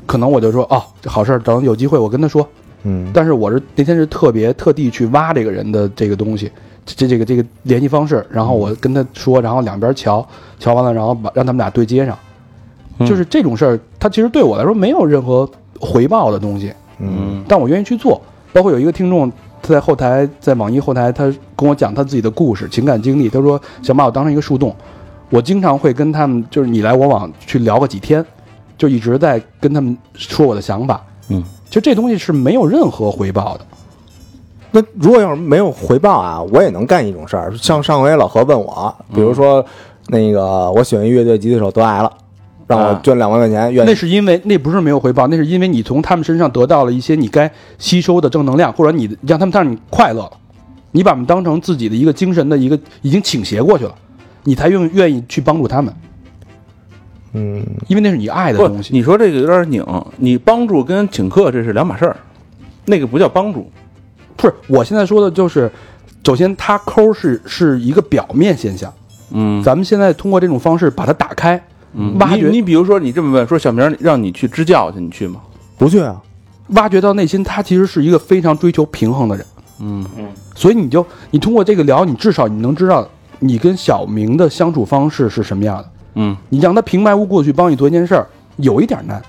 可能我就说哦，这好事儿，等有机会我跟他说。
嗯，
但是我是那天是特别特地去挖这个人的这个东西，这这这个这个联系方式，然后我跟他说，然后两边瞧瞧完了，然后把让他们俩对接上，就是这种事儿，它其实对我来说没有任何回报的东西，
嗯
但我愿意去做。包括有一个听众，他在后台，在网易后台，他跟我讲他自己的故事、情感经历，他说想把我当成一个树洞，我经常会跟他们就是你来我往去聊个几天，就一直在跟他们说我的想法。
嗯，
就这东西是没有任何回报的。
那如果要是没有回报啊，我也能干一种事儿。像上回老何问我，比如说、那个我喜欢乐队吉他手得癌了，让我捐两万块钱，愿意、
那是因为那不是没有回报，那是因为你从他们身上得到了一些你该吸收的正能量，或者你让他们让你快乐了，你把他们当成自己的一个精神的一个已经倾斜过去了，你才愿愿意去帮助他们，
嗯
因为那是你爱的
不
东，西。
你说这个有点拧。你帮助跟请客这是两码事儿，那个不叫帮助。
不是，我现在说的就是，首先它抠是是一个表面现象，
嗯，
咱们现在通过这种方式把它打开，挖
你
掘
你比如说，你这么问，说小明让你去支教去，你去吗？
不去啊，
挖掘到内心，他其实是一个非常追求平衡的人。
嗯
嗯，所以你就你通过这个聊，你至少你能知道你跟小明的相处方式是什么样的。
嗯，
你让他平白无故地去帮你做一件事儿，有一点难。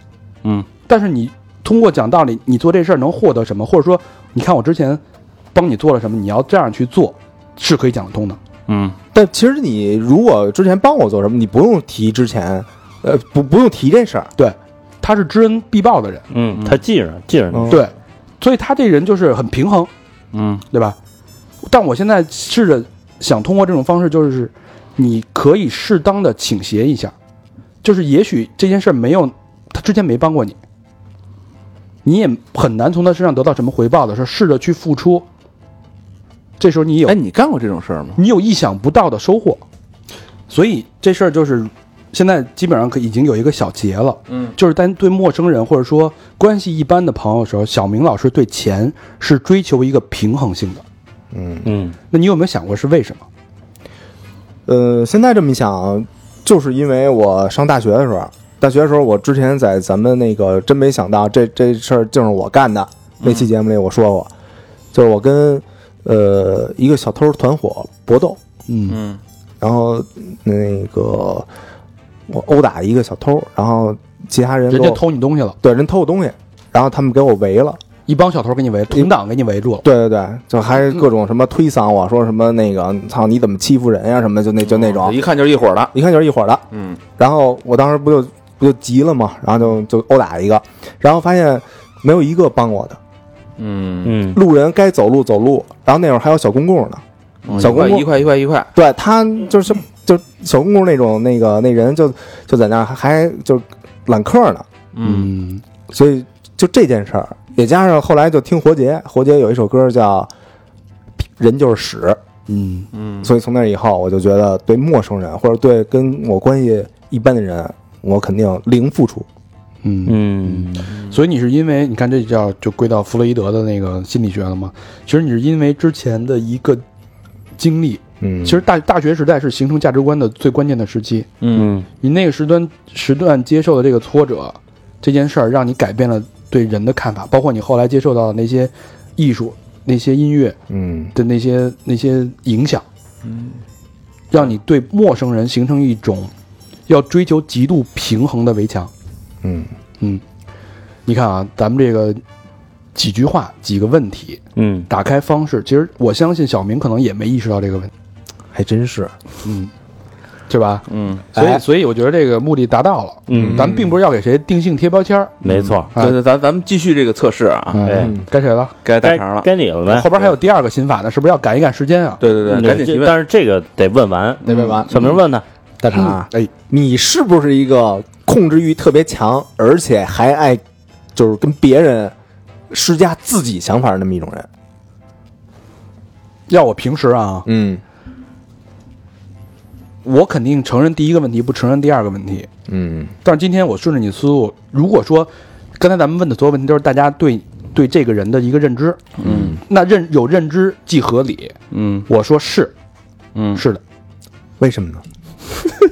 嗯，
但是你通过讲道理，你做这事儿能获得什么，或者说你看我之前帮你做了什么，你要这样去做，是可以讲得通的。
嗯，
但其实你如果之前帮我做什么，你不用提之前，呃，不不用提这事儿。
对，他是知恩必报的人。
嗯，他记着记着呢，
嗯
对，所以他这人就是很平衡，
嗯，
对吧？但我现在试着想通过这种方式，就是你可以适当的倾斜一下，就是也许这件事儿没有他之前没帮过你，你也很难从他身上得到什么回报的时候，试着去付出，这时候你有
哎，你干过这种事儿吗？
你有意想不到的收获。所以这事儿就是现在基本上可已经有一个小结了，嗯，就是单对陌生人或者说关系一般的朋友的时候，小明老师对钱是追求一个平衡性的。
嗯，
那你有没有想过是为什么？
呃，现在这么一想啊，就是因为我上大学的时候，大学的时候我之前在咱们那个真没想到这这事儿竟是我干的，那期节目里我说过，就是我跟呃一个小偷团伙搏斗，
嗯
然后那个我殴打一个小偷，然后其他人给
人
我
家偷你东西了，
对人偷我东西，然后他们给我围了。
一帮小偷给你围，同党给你围住了。
对对对，就还是各种什么推搡我说什么那个操你怎么欺负人呀、什么的，就那就那种，
一看就是一伙儿的。
一看就是一伙儿的。
哦嗯，
然后我当时不就不就急了嘛，然后就就殴打一个，然后发现没有一个帮我的，
嗯，
嗯，
路人该走路走路，然后那会儿还有小公共呢，小公
块
公
哦一块一块一块，
对他就是就小公公那种那个那人就就在那儿还还就揽客呢，
嗯，
所以就这件事儿，也加上后来就听活结，活结有一首歌叫《人就是屎》，
嗯，
所以从那以后，我就觉得对陌生人或者对跟我关系一般的人，我肯定零付出。
嗯
嗯，
所以你是因为你看这叫就归到弗洛伊德的那个心理学了吗？其实你是因为之前的一个经历，
嗯
其实大大学时代是形成价值观的最关键的时期。
嗯，
你那个时段时段接受的这个挫折，这件事儿让你改变了对人的看法，包括你后来接受到的那些艺术、那些音乐
嗯
的那些那些影响，嗯，让你对陌生人形成一种要追求极度平衡的围墙。
嗯
你看啊，咱们这个几句话、几个问题，
嗯，
打开方式，其实我相信小明可能也没意识到这个问题，
还真是。
嗯，对吧？
嗯，
所以，
哎
所以我觉得这个目的达到了。
嗯
咱们并不是要给谁定性贴标签儿。
没错，
哎
对对，咱咱们继续这个测试啊，
哎
嗯，该谁了？
该大
该
肠了。
该你了呗。
后边还有第二个新法呢，是不是要赶一赶时间啊？
对对对，
嗯
赶紧
这
提问。
但是这个得问完，
那问完，
小明问他，
大肠，
哎，
你是不是一个控制欲特别强，而且还爱就是跟别人施加自己想法的那么一种人？
要我平时啊，
嗯
我肯定承认第一个问题，不承认第二个问题。
嗯
但是今天我顺着你思路，如果说刚才咱们问的所有问题都是大家对对这个人的一个认知，嗯，那认有认知即合理，
嗯
我说是，
嗯，
是的，
为什么呢？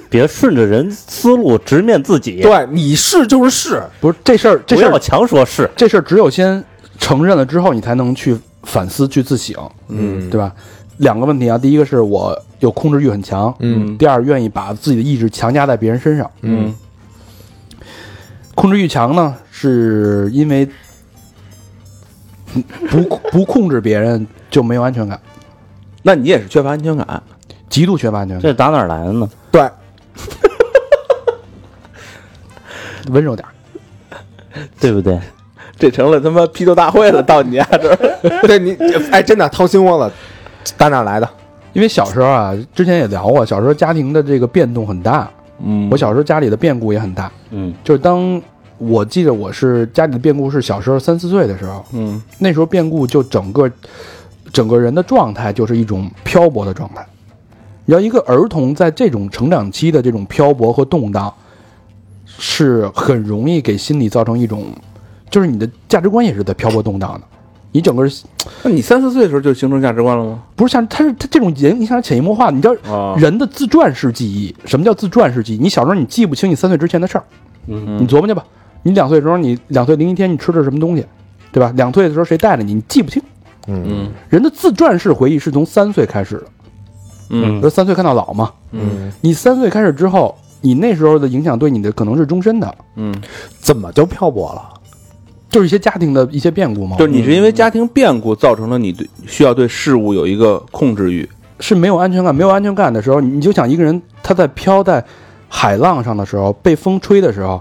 别顺着人思路直面自己，
对，你是就是是，
不是这事儿，这嗯
不
事
要
儿
强说是。
这事儿只有先承认了之后，你才能去反思、去自省，
嗯
对吧？两个问题啊，第一个是我有控制欲很强，
嗯
第二愿意把自己的意志强加在别人身上。
嗯
控制欲强呢，是因为不不控制别人就没有安全感，
那你也是缺乏安全感。
极度缺乏安全感。
这打哪儿来的呢？
对，
温柔点儿，
对不对？
这成了他妈批斗大会了，到你家这儿。
对你，哎，真的掏心窝了，打哪儿来的？
因为小时候啊，之前也聊过，小时候家庭的这个变动很大，
嗯
我小时候家里的变故也很大。
嗯，
就是当我记得我是家里的变故是小时候三四岁的时候，
嗯
那时候变故就整个整个人的状态就是一种漂泊的状态。你要一个儿童在这种成长期的这种漂泊和动荡，是很容易给心理造成一种，就是你的价值观也是在漂泊动荡的。你整个
那你三四岁的时候就形成价值观了吗？
不是像他是他这种影响潜移默化的，你知道
啊
人的自传式记忆，什么叫自传式记忆？你小时候你记不清你三岁之前的事儿，
嗯
你琢磨去吧。你两岁的时候，你两岁零一天你吃的什么东西，对吧？两岁的时候谁带着你，你记不清。
嗯
人的自传式回忆是从三岁开始的，
嗯
而三岁看到老嘛。
嗯
你三岁开始之后，你那时候的影响对你的可能是终身的，
嗯，
怎么就漂泊了？
就是一些家庭的一些变故
哦
嘛。
就是你是因为家庭变故造成了你对需要对事物有一个控制欲。
是没有安全感，没有安全感的时候，你就想一个人他在飘在海浪上的时候，被风吹的时候，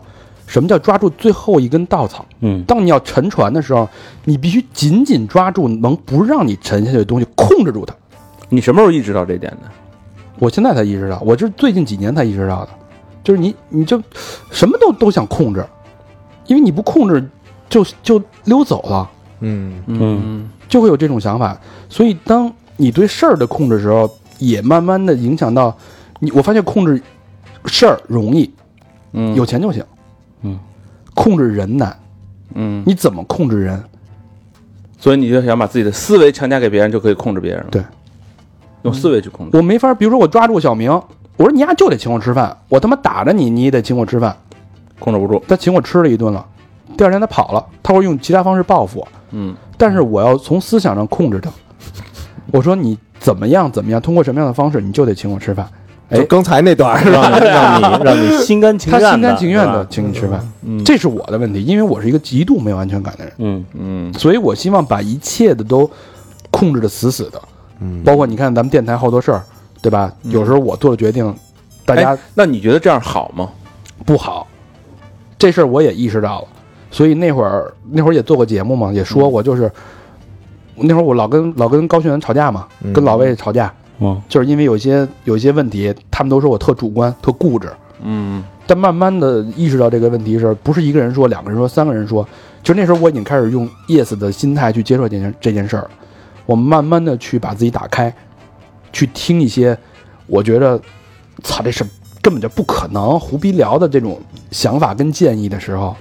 什么叫抓住最后一根稻草？
嗯
当你要沉船的时候，你必须紧紧抓住能不让你沉下去的东西，控制住它。
你什么时候意识到这点的？
我现在才意识到，我这是最近几年才意识到的，就是你你就什么都都想控制，因为你不控制就就溜走了，
嗯
嗯
就会有这种想法。所以当你对事儿的控制时候，也慢慢的影响到你。我发现控制事儿容易，
嗯
有钱就行，
嗯，
控制人难，
嗯，
你怎么控制人？
所以你就想把自己的思维强加给别人，就可以控制别人了。
对，
用思维去控制。
我没法，比如说我抓住小明，我说你丫就得请我吃饭，我他妈打着你，你也得请我吃饭，
控制不住。
他请我吃了一顿了，第二天他跑了，他会用其他方式报复我，
嗯，
但是我要从思想上控制他。我说你怎么样怎么样，通过什么样的方式，你就得请我吃饭。哎
就刚才那段儿是吧？
让你让你让你心甘情
他
愿的，
心甘情愿
是
的
吧，
请你吃饭，这是我的问题，因为我是一个极度没有安全感的人，
嗯，
嗯，
所以我希望把一切的都控制的死死的。
嗯
包括你看咱们电台好多事儿，对吧？
嗯
有时候我做了决定，大家
哎，那你觉得这样好吗？
不好，这事儿我也意识到了。所以那会儿那会儿也做过节目嘛，也说过，就是那会儿我老跟老跟高璇吵架嘛，
嗯
跟老魏吵架，
嗯
就是因为有些有些问题，他们都说我特主观、特固执，
嗯，
但慢慢的意识到这个问题的时候，不是一个人说、两个人说、三个人说，就那时候我已经开始用 yes 的心态去接受这件这件事儿了。我慢慢的去把自己打开，去听一些我觉得操这是根本就不可能、胡逼聊的这种想法跟建议的时候，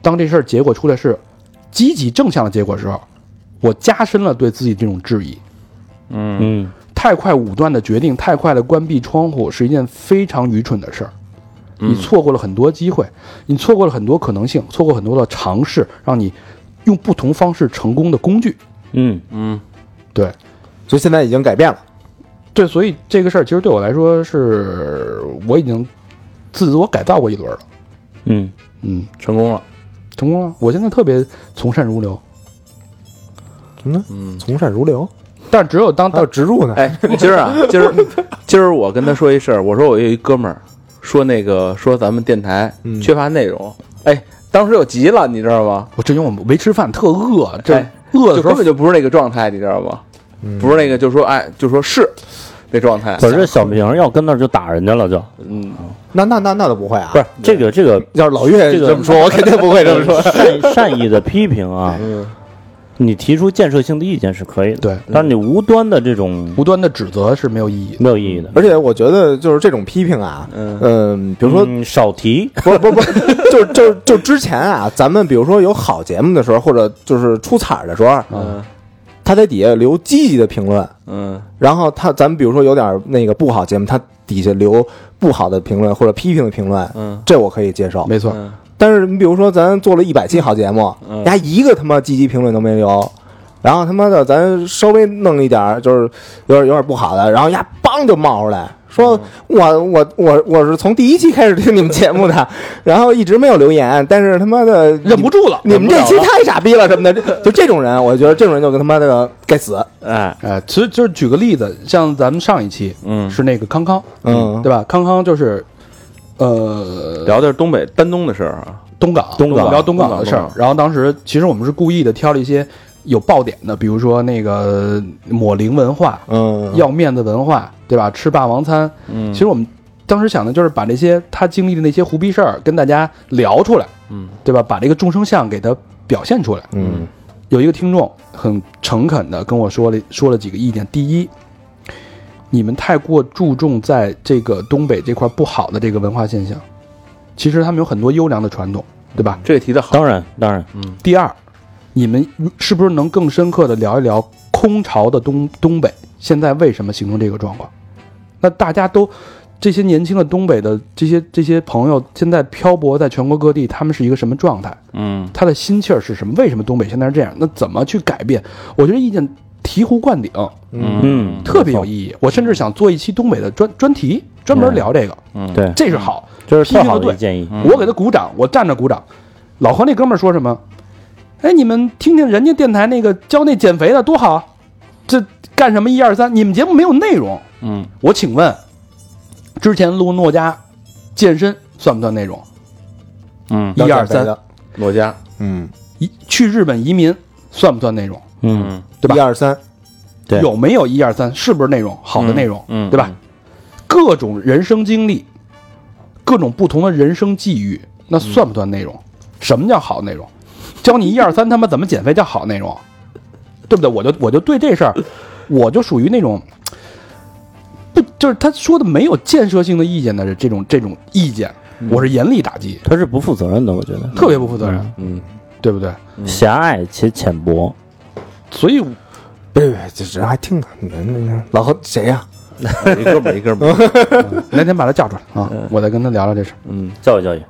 当这事儿结果出来是积极正向的结果的时候，我加深了对自己这种质疑。
嗯，
太快武断的决定，太快的关闭窗户是一件非常愚蠢的事儿。你错过了很多机会，你错过了很多可能性，错过很多的尝试，让你用不同方式成功的工具。
嗯，
对
所以现在已经改变了，
对，所以这个事儿其实对我来说是我已经自我改造过一轮了。
嗯，
嗯，
成功了。
成功了。我现在特别从善如流，
从善如流，
但只有当
还有植入呢。
哎，今儿 啊，今儿今儿我跟他说一事儿，我说我有一哥们儿说那个说咱们电台
嗯
缺乏内容，哎，当时就急了，你知道吗？
我这因为我没吃饭，特饿，这
哎
饿的时
就
候
根本就不是那个状态，你知道吗？不是那个，就说哎，就说是那状态。
可是小明要跟那儿就打人家了就，
嗯，
那那那那倒不会啊，
不是这个这个
要是老岳
这个
这嗯么说， 我肯定不会这么说。
善善意的批评啊，你提出建设性的意见是可以的，
对
但是你无端的这种
无端的指责是没有意义的。
没有意义的，
而且我觉得就是这种批评啊，
嗯
嗯，比如说
嗯少提，
不是不是不 是，就就就之前啊，咱们比如说有好节目的时候，或者就是出彩儿的时候，
嗯
他在底下留积极的评论，
嗯
然后他咱们比如说有点那个不好节目，他底下留不好的评论或者批评的评论，
嗯
这我可以接受。
没错，
嗯
但是你比如说咱做了一百期好节目，
嗯
人家一个他妈积极评论都没留。然后他妈的，咱稍微弄一点儿，就是有点有点不好的，然后呀，梆就冒出来说，我我我我是从第一期开始听你们节目的，然后一直没有留言，但是他妈的
忍不住了。
你们这期太傻逼了什么的，这就这种人，我觉得这种人就跟他妈的该死。
哎，
哎，其实就是举个例子，像咱们上一期，
嗯
是那个康康，
嗯
对吧？康康就是，呃，
聊的是东北丹东的事儿啊。
东港，
东港
聊东港的事
东
儿
港。
然后当时其实我们是故意的挑了一些有爆点的，比如说那个抹零文化、
嗯，
要面子文化，对吧？吃霸王餐。
嗯
其实我们当时想的就是把那些他经历的那些胡逼事儿跟大家聊出来，
嗯，
对吧？把这个众生相给他表现出来。
嗯
有一个听众很诚恳的跟我说了说了几个意见。第一，你们太过注重在这个东北这块不好的这个文化现象，其实他们有很多优良的传统，对吧？
这个提的好，
当然当然，
第二，你们是不是能更深刻的聊一聊空巢的东东北现在为什么形成这个状况？那大家都这些年轻的东北的这些这些朋友，现在漂泊在全国各地，他们是一个什么状态？
嗯
他的心气儿是什么？为什么东北现在是这样？那怎么去改变？我觉得意见醍醐灌顶，
嗯，
特别有意义。我甚至想做一期东北的专专题，专门聊这个，
嗯，
对，
这是好，
这是特
批
好
评
的
得
一建议，
嗯
我给他鼓掌，我站着鼓掌。老何那哥们儿说什么？哎，你们听听人家电台那个教那减肥的多好啊，这干什么一二三？你们节目没有内容，
嗯
我请问，之前录诺家健身算不算内容？
嗯，
一二三，
我家，
嗯，
一去日本移民算不算内容？
嗯，
对吧
一二三，
对
有没有一二三？是不是内容好的内容？
嗯嗯
对吧？各种人生经历，各种不同的人生际遇，那算不算内容？什么叫好内容？教你一二三他妈怎么减肥叫好内容，对不对？我就我就对这事儿我就属于那种不就是他说的没有建设性的意见的这种这种意见，
嗯
我是严厉打击，
他是不负责任的，我觉得
特别不负责任，
嗯，
对不对？
狭隘且浅薄。
所以
别别，这人还听呢。那老何谁呀？
一哥们儿一哥们儿，
那天把他叫出来啊，我再跟他聊聊这事儿，
嗯
教育教育，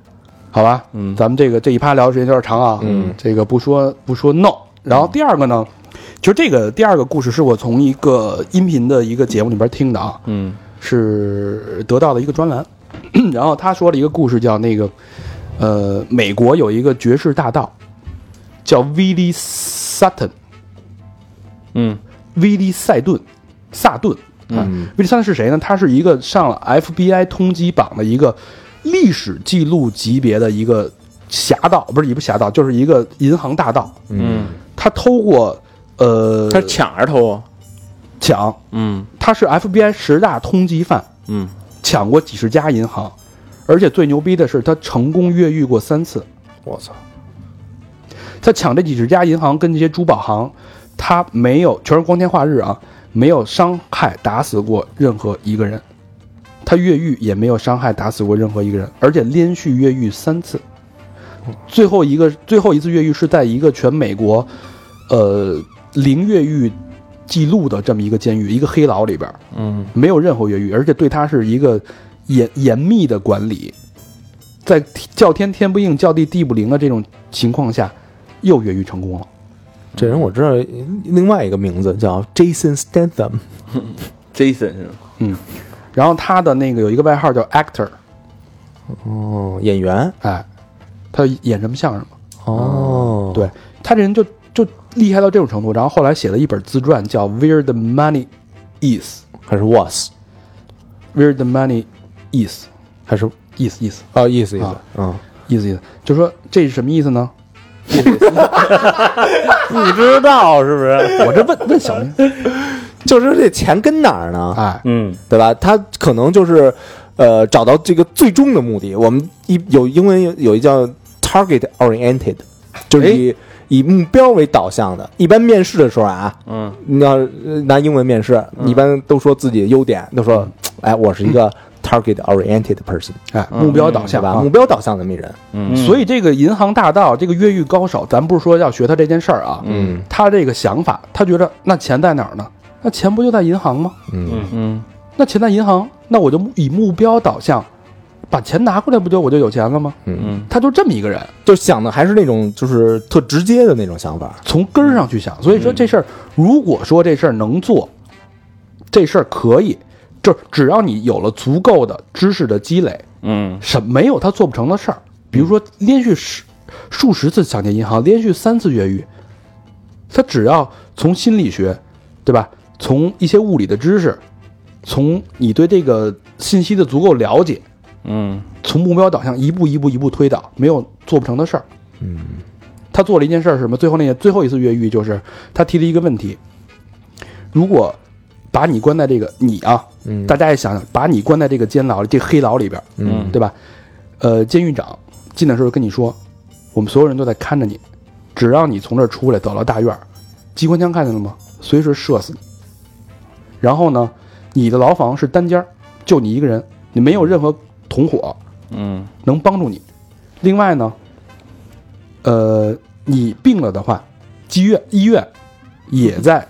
好吧？
嗯，
咱们这个这一趴聊的时间有点长啊，
嗯，
这个不说不说 no。然
嗯
后第二个呢，其实这个第二个故事是我从一个音频的一个节目里边听的啊，
嗯
是得到的一个专栏， 然后他说了一个故事，叫那个呃，美国有一个爵士大盗叫 v i l l i Sutton，
嗯
威利塞顿，萨顿。嗯，威利塞顿是谁呢？他是一个上了 FBI 通缉榜的一个历史记录级别的一个侠盗，不是也不是侠盗，就是一个银行大盗。
嗯，
他偷过呃，
他是抢着偷啊，
抢，
嗯
他是 FBI 十大通缉犯，
嗯，
抢过几十家银行，而且最牛逼的是他成功越狱过三次。
我操！
他抢这几十家银行跟这些珠宝行，他没有全是光天化日啊，没有伤害打死过任何一个人。他越狱也没有伤害打死过任何一个人，而且连续越狱三次。最后一个最后一次越狱是在一个全美国，呃零越狱记录的这么一个监狱，一个黑牢里边，
嗯，
没有任何越狱，而且对他是一个严严密的管理。在叫天天不应，叫地地不灵的这种情况下，又越狱成功了。
这人我知道，另外一个名字叫 Jason Statham。
，Jason 是吧？
然后他的那个有一个外号叫 Actor，
哦，演员。
哎，他演什么像什么。
哦
对他这人就就厉害到这种程度。然后后来写了一本自传叫《Where the Money Is
还是 was，》
，Where the Money Is
还是
is is
哦，意思意思
啊，
嗯，
is is，就说这是什么意思呢？
不
嗯
知道是不是？
我这问问小明，
就是这钱跟哪儿呢？
哎，
嗯，
对吧？他可能就是，呃，找到这个最终的目的。我们一有英文有有一叫 target oriented，就是以以目标为导向的。一般面试的时候啊，
嗯，
你要呃拿英文面试，
嗯
一般都说自己的优点，都说，哎，我是一个 target oriented person，
哎，目标导
对
向
嗯吧？嗯
啊
目。标导向的么一人，
所以这个银行大盗，这个越狱高手，咱不是说要学他这件事儿啊，
嗯
他这个想法，他觉得那钱在哪儿呢？那钱不就在银行吗？
嗯
嗯
那钱在银行，那我就以目标导向，把钱拿过来，不就我就有钱了吗？
嗯，
他就这么一个人，
就想的还是那种就是特直接的那种想法。
从根儿上去想。所以
嗯
说这事儿，如果说这事儿能做，这事儿可以，就是只要你有了足够的知识的积累，
嗯
什没有他做不成的事儿。比如说连续十数十次抢劫银行，连续三次越狱，他只要从心理学，对吧？从一些物理的知识，从你对这个信息的足够了解，
嗯
从目标导向一步一步一步推导，没有做不成的事儿。
嗯
他做了一件事儿是什么？最后那个最后一次越狱就是他提了一个问题：如果把你关在这个你啊，
嗯
大家也想想，把你关在这个监牢里，这黑牢里边，
嗯
对吧？呃，监狱长进的时候跟你说，我们所有人都在看着你，只要你从这儿出来，走到大院儿，机关枪看见了吗？随时射死你。然后呢，你的牢房是单间儿，就你一个人，你没有任何同伙
嗯
能帮助你。另外呢，呃，你病了的话，医院医院也在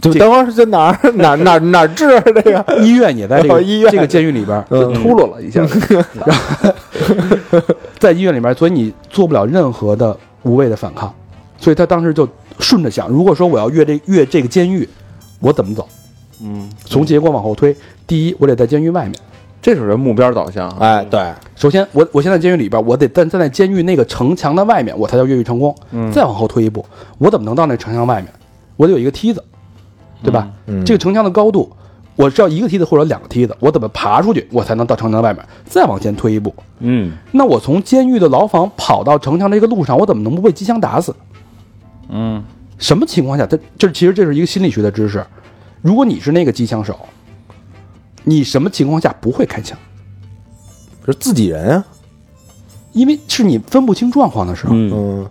就等会儿在哪儿哪儿哪儿哪儿治啊这个？
医院也在这
哦
个
医院
这个监狱里边儿，
嗯
秃噜了一下，
在医院里面，所以你做不了任何的无谓的反抗。所以他当时就顺着想，如果说我要越这越这个监狱，我怎么走？
嗯，
从结果往后推，第一，我得在监狱外面。
这属于目标导向啊，
哎，对，
首先，我我现在监狱里边，我得站站在监狱那个城墙的外面，我才叫越狱成功。
嗯
再往后推一步，我怎么能到那城墙外面？我得有一个梯子，对吧？
嗯
这个城墙的高度，我是要一个梯子或者两个梯子，我怎么爬出去，我才能到城墙的外面？再往前推一步，
嗯，
那我从监狱的牢房跑到城墙这个路上，我怎么能不被机枪打死？
嗯
什么情况下？他这其实这是一个心理学的知识。如果你是那个机枪手，你什么情况下不会开枪？
就是自己人啊，
因为是你分不清状况的时候，
嗯
嗯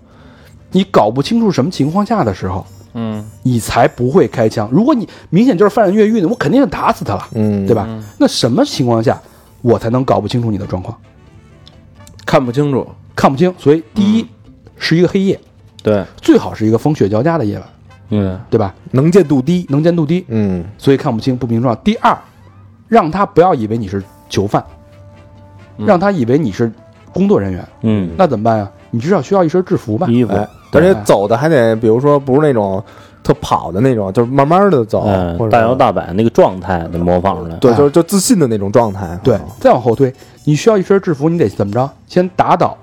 你搞不清楚什么情况下的时候，
嗯
你才不会开枪。如果你明显就是犯人越狱呢，我肯定是打死他了，
嗯
对吧？那什么情况下我才能搞不清楚你的状况？
看不清楚，
看不清，所以第一、是一个黑夜，
对，
最好是一个风雪交加的夜晚，
嗯
对吧？
能见度低，
能见度低，
嗯
所以看不清不明状。第二，让他不要以为你是囚犯，
嗯
让他以为你是工作人员，
嗯，
那怎么办呀？你至少需要一身制服吧？
衣服，
哎，而且走的还得，比如说不是那种特跑的那种，就是慢慢的走，
嗯
哦或，者
大摇大摆那个状态得模仿出来。
对，
哎
就是就自信的那种状态。
对，再往后推，你需要一身制服，你得怎么着？先打倒，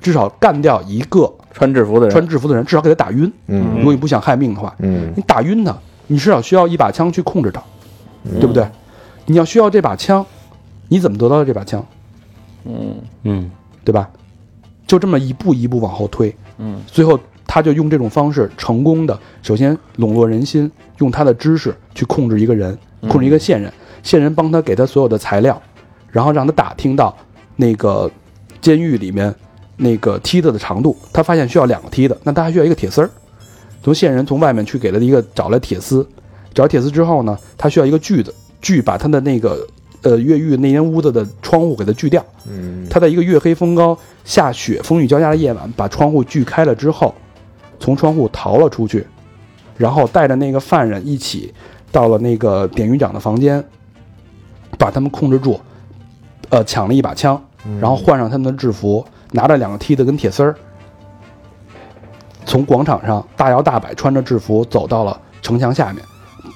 至少干掉一个
穿制服的人，
穿制服的人，至少给他打晕。
嗯
如果你不想害命的话，
嗯
你打晕他，你至少需要一把枪去控制他，
嗯
对不对？你要需要这把枪，你怎么得到的这把枪？
嗯
嗯，
对吧？就这么一步一步往后推，
嗯，
最后他就用这种方式成功的，首先笼络人心，用他的知识去控制一个人，控制一个线人，线人帮他给他所有的材料，然后让他打听到那个监狱里面那个梯子的长度，他发现需要两个梯子，那他还需要一个铁丝儿，从线人从外面去给了一个找来铁丝，找来铁丝之后呢，他需要一个锯子，锯把他的那个呃越狱那间屋子的窗户给他锯掉。
嗯
他在一个月黑风高、下雪、风雨交加的夜晚，把窗户锯开了之后，从窗户逃了出去，然后带着那个犯人一起到了那个典狱长的房间，把他们控制住，呃，抢了一把枪，然后换上他们的制服，拿着两个梯子跟铁丝儿，从广场上大摇大摆穿着制服走到了城墙下面，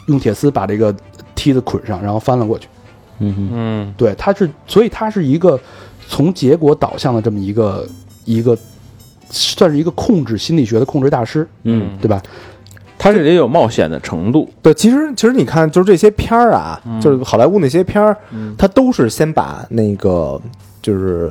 用铁丝把这个梯子捆上，然后翻了过去。
嗯
对，它是，所以它是一个从结果导向的这么一个一个，算是一个控制心理学的控制大师，
嗯，
对吧？
他这里有冒险的程度，
对，其实其实你看，就是这些片儿啊，
嗯
就是好莱坞那些片儿，他都是先把那个就是。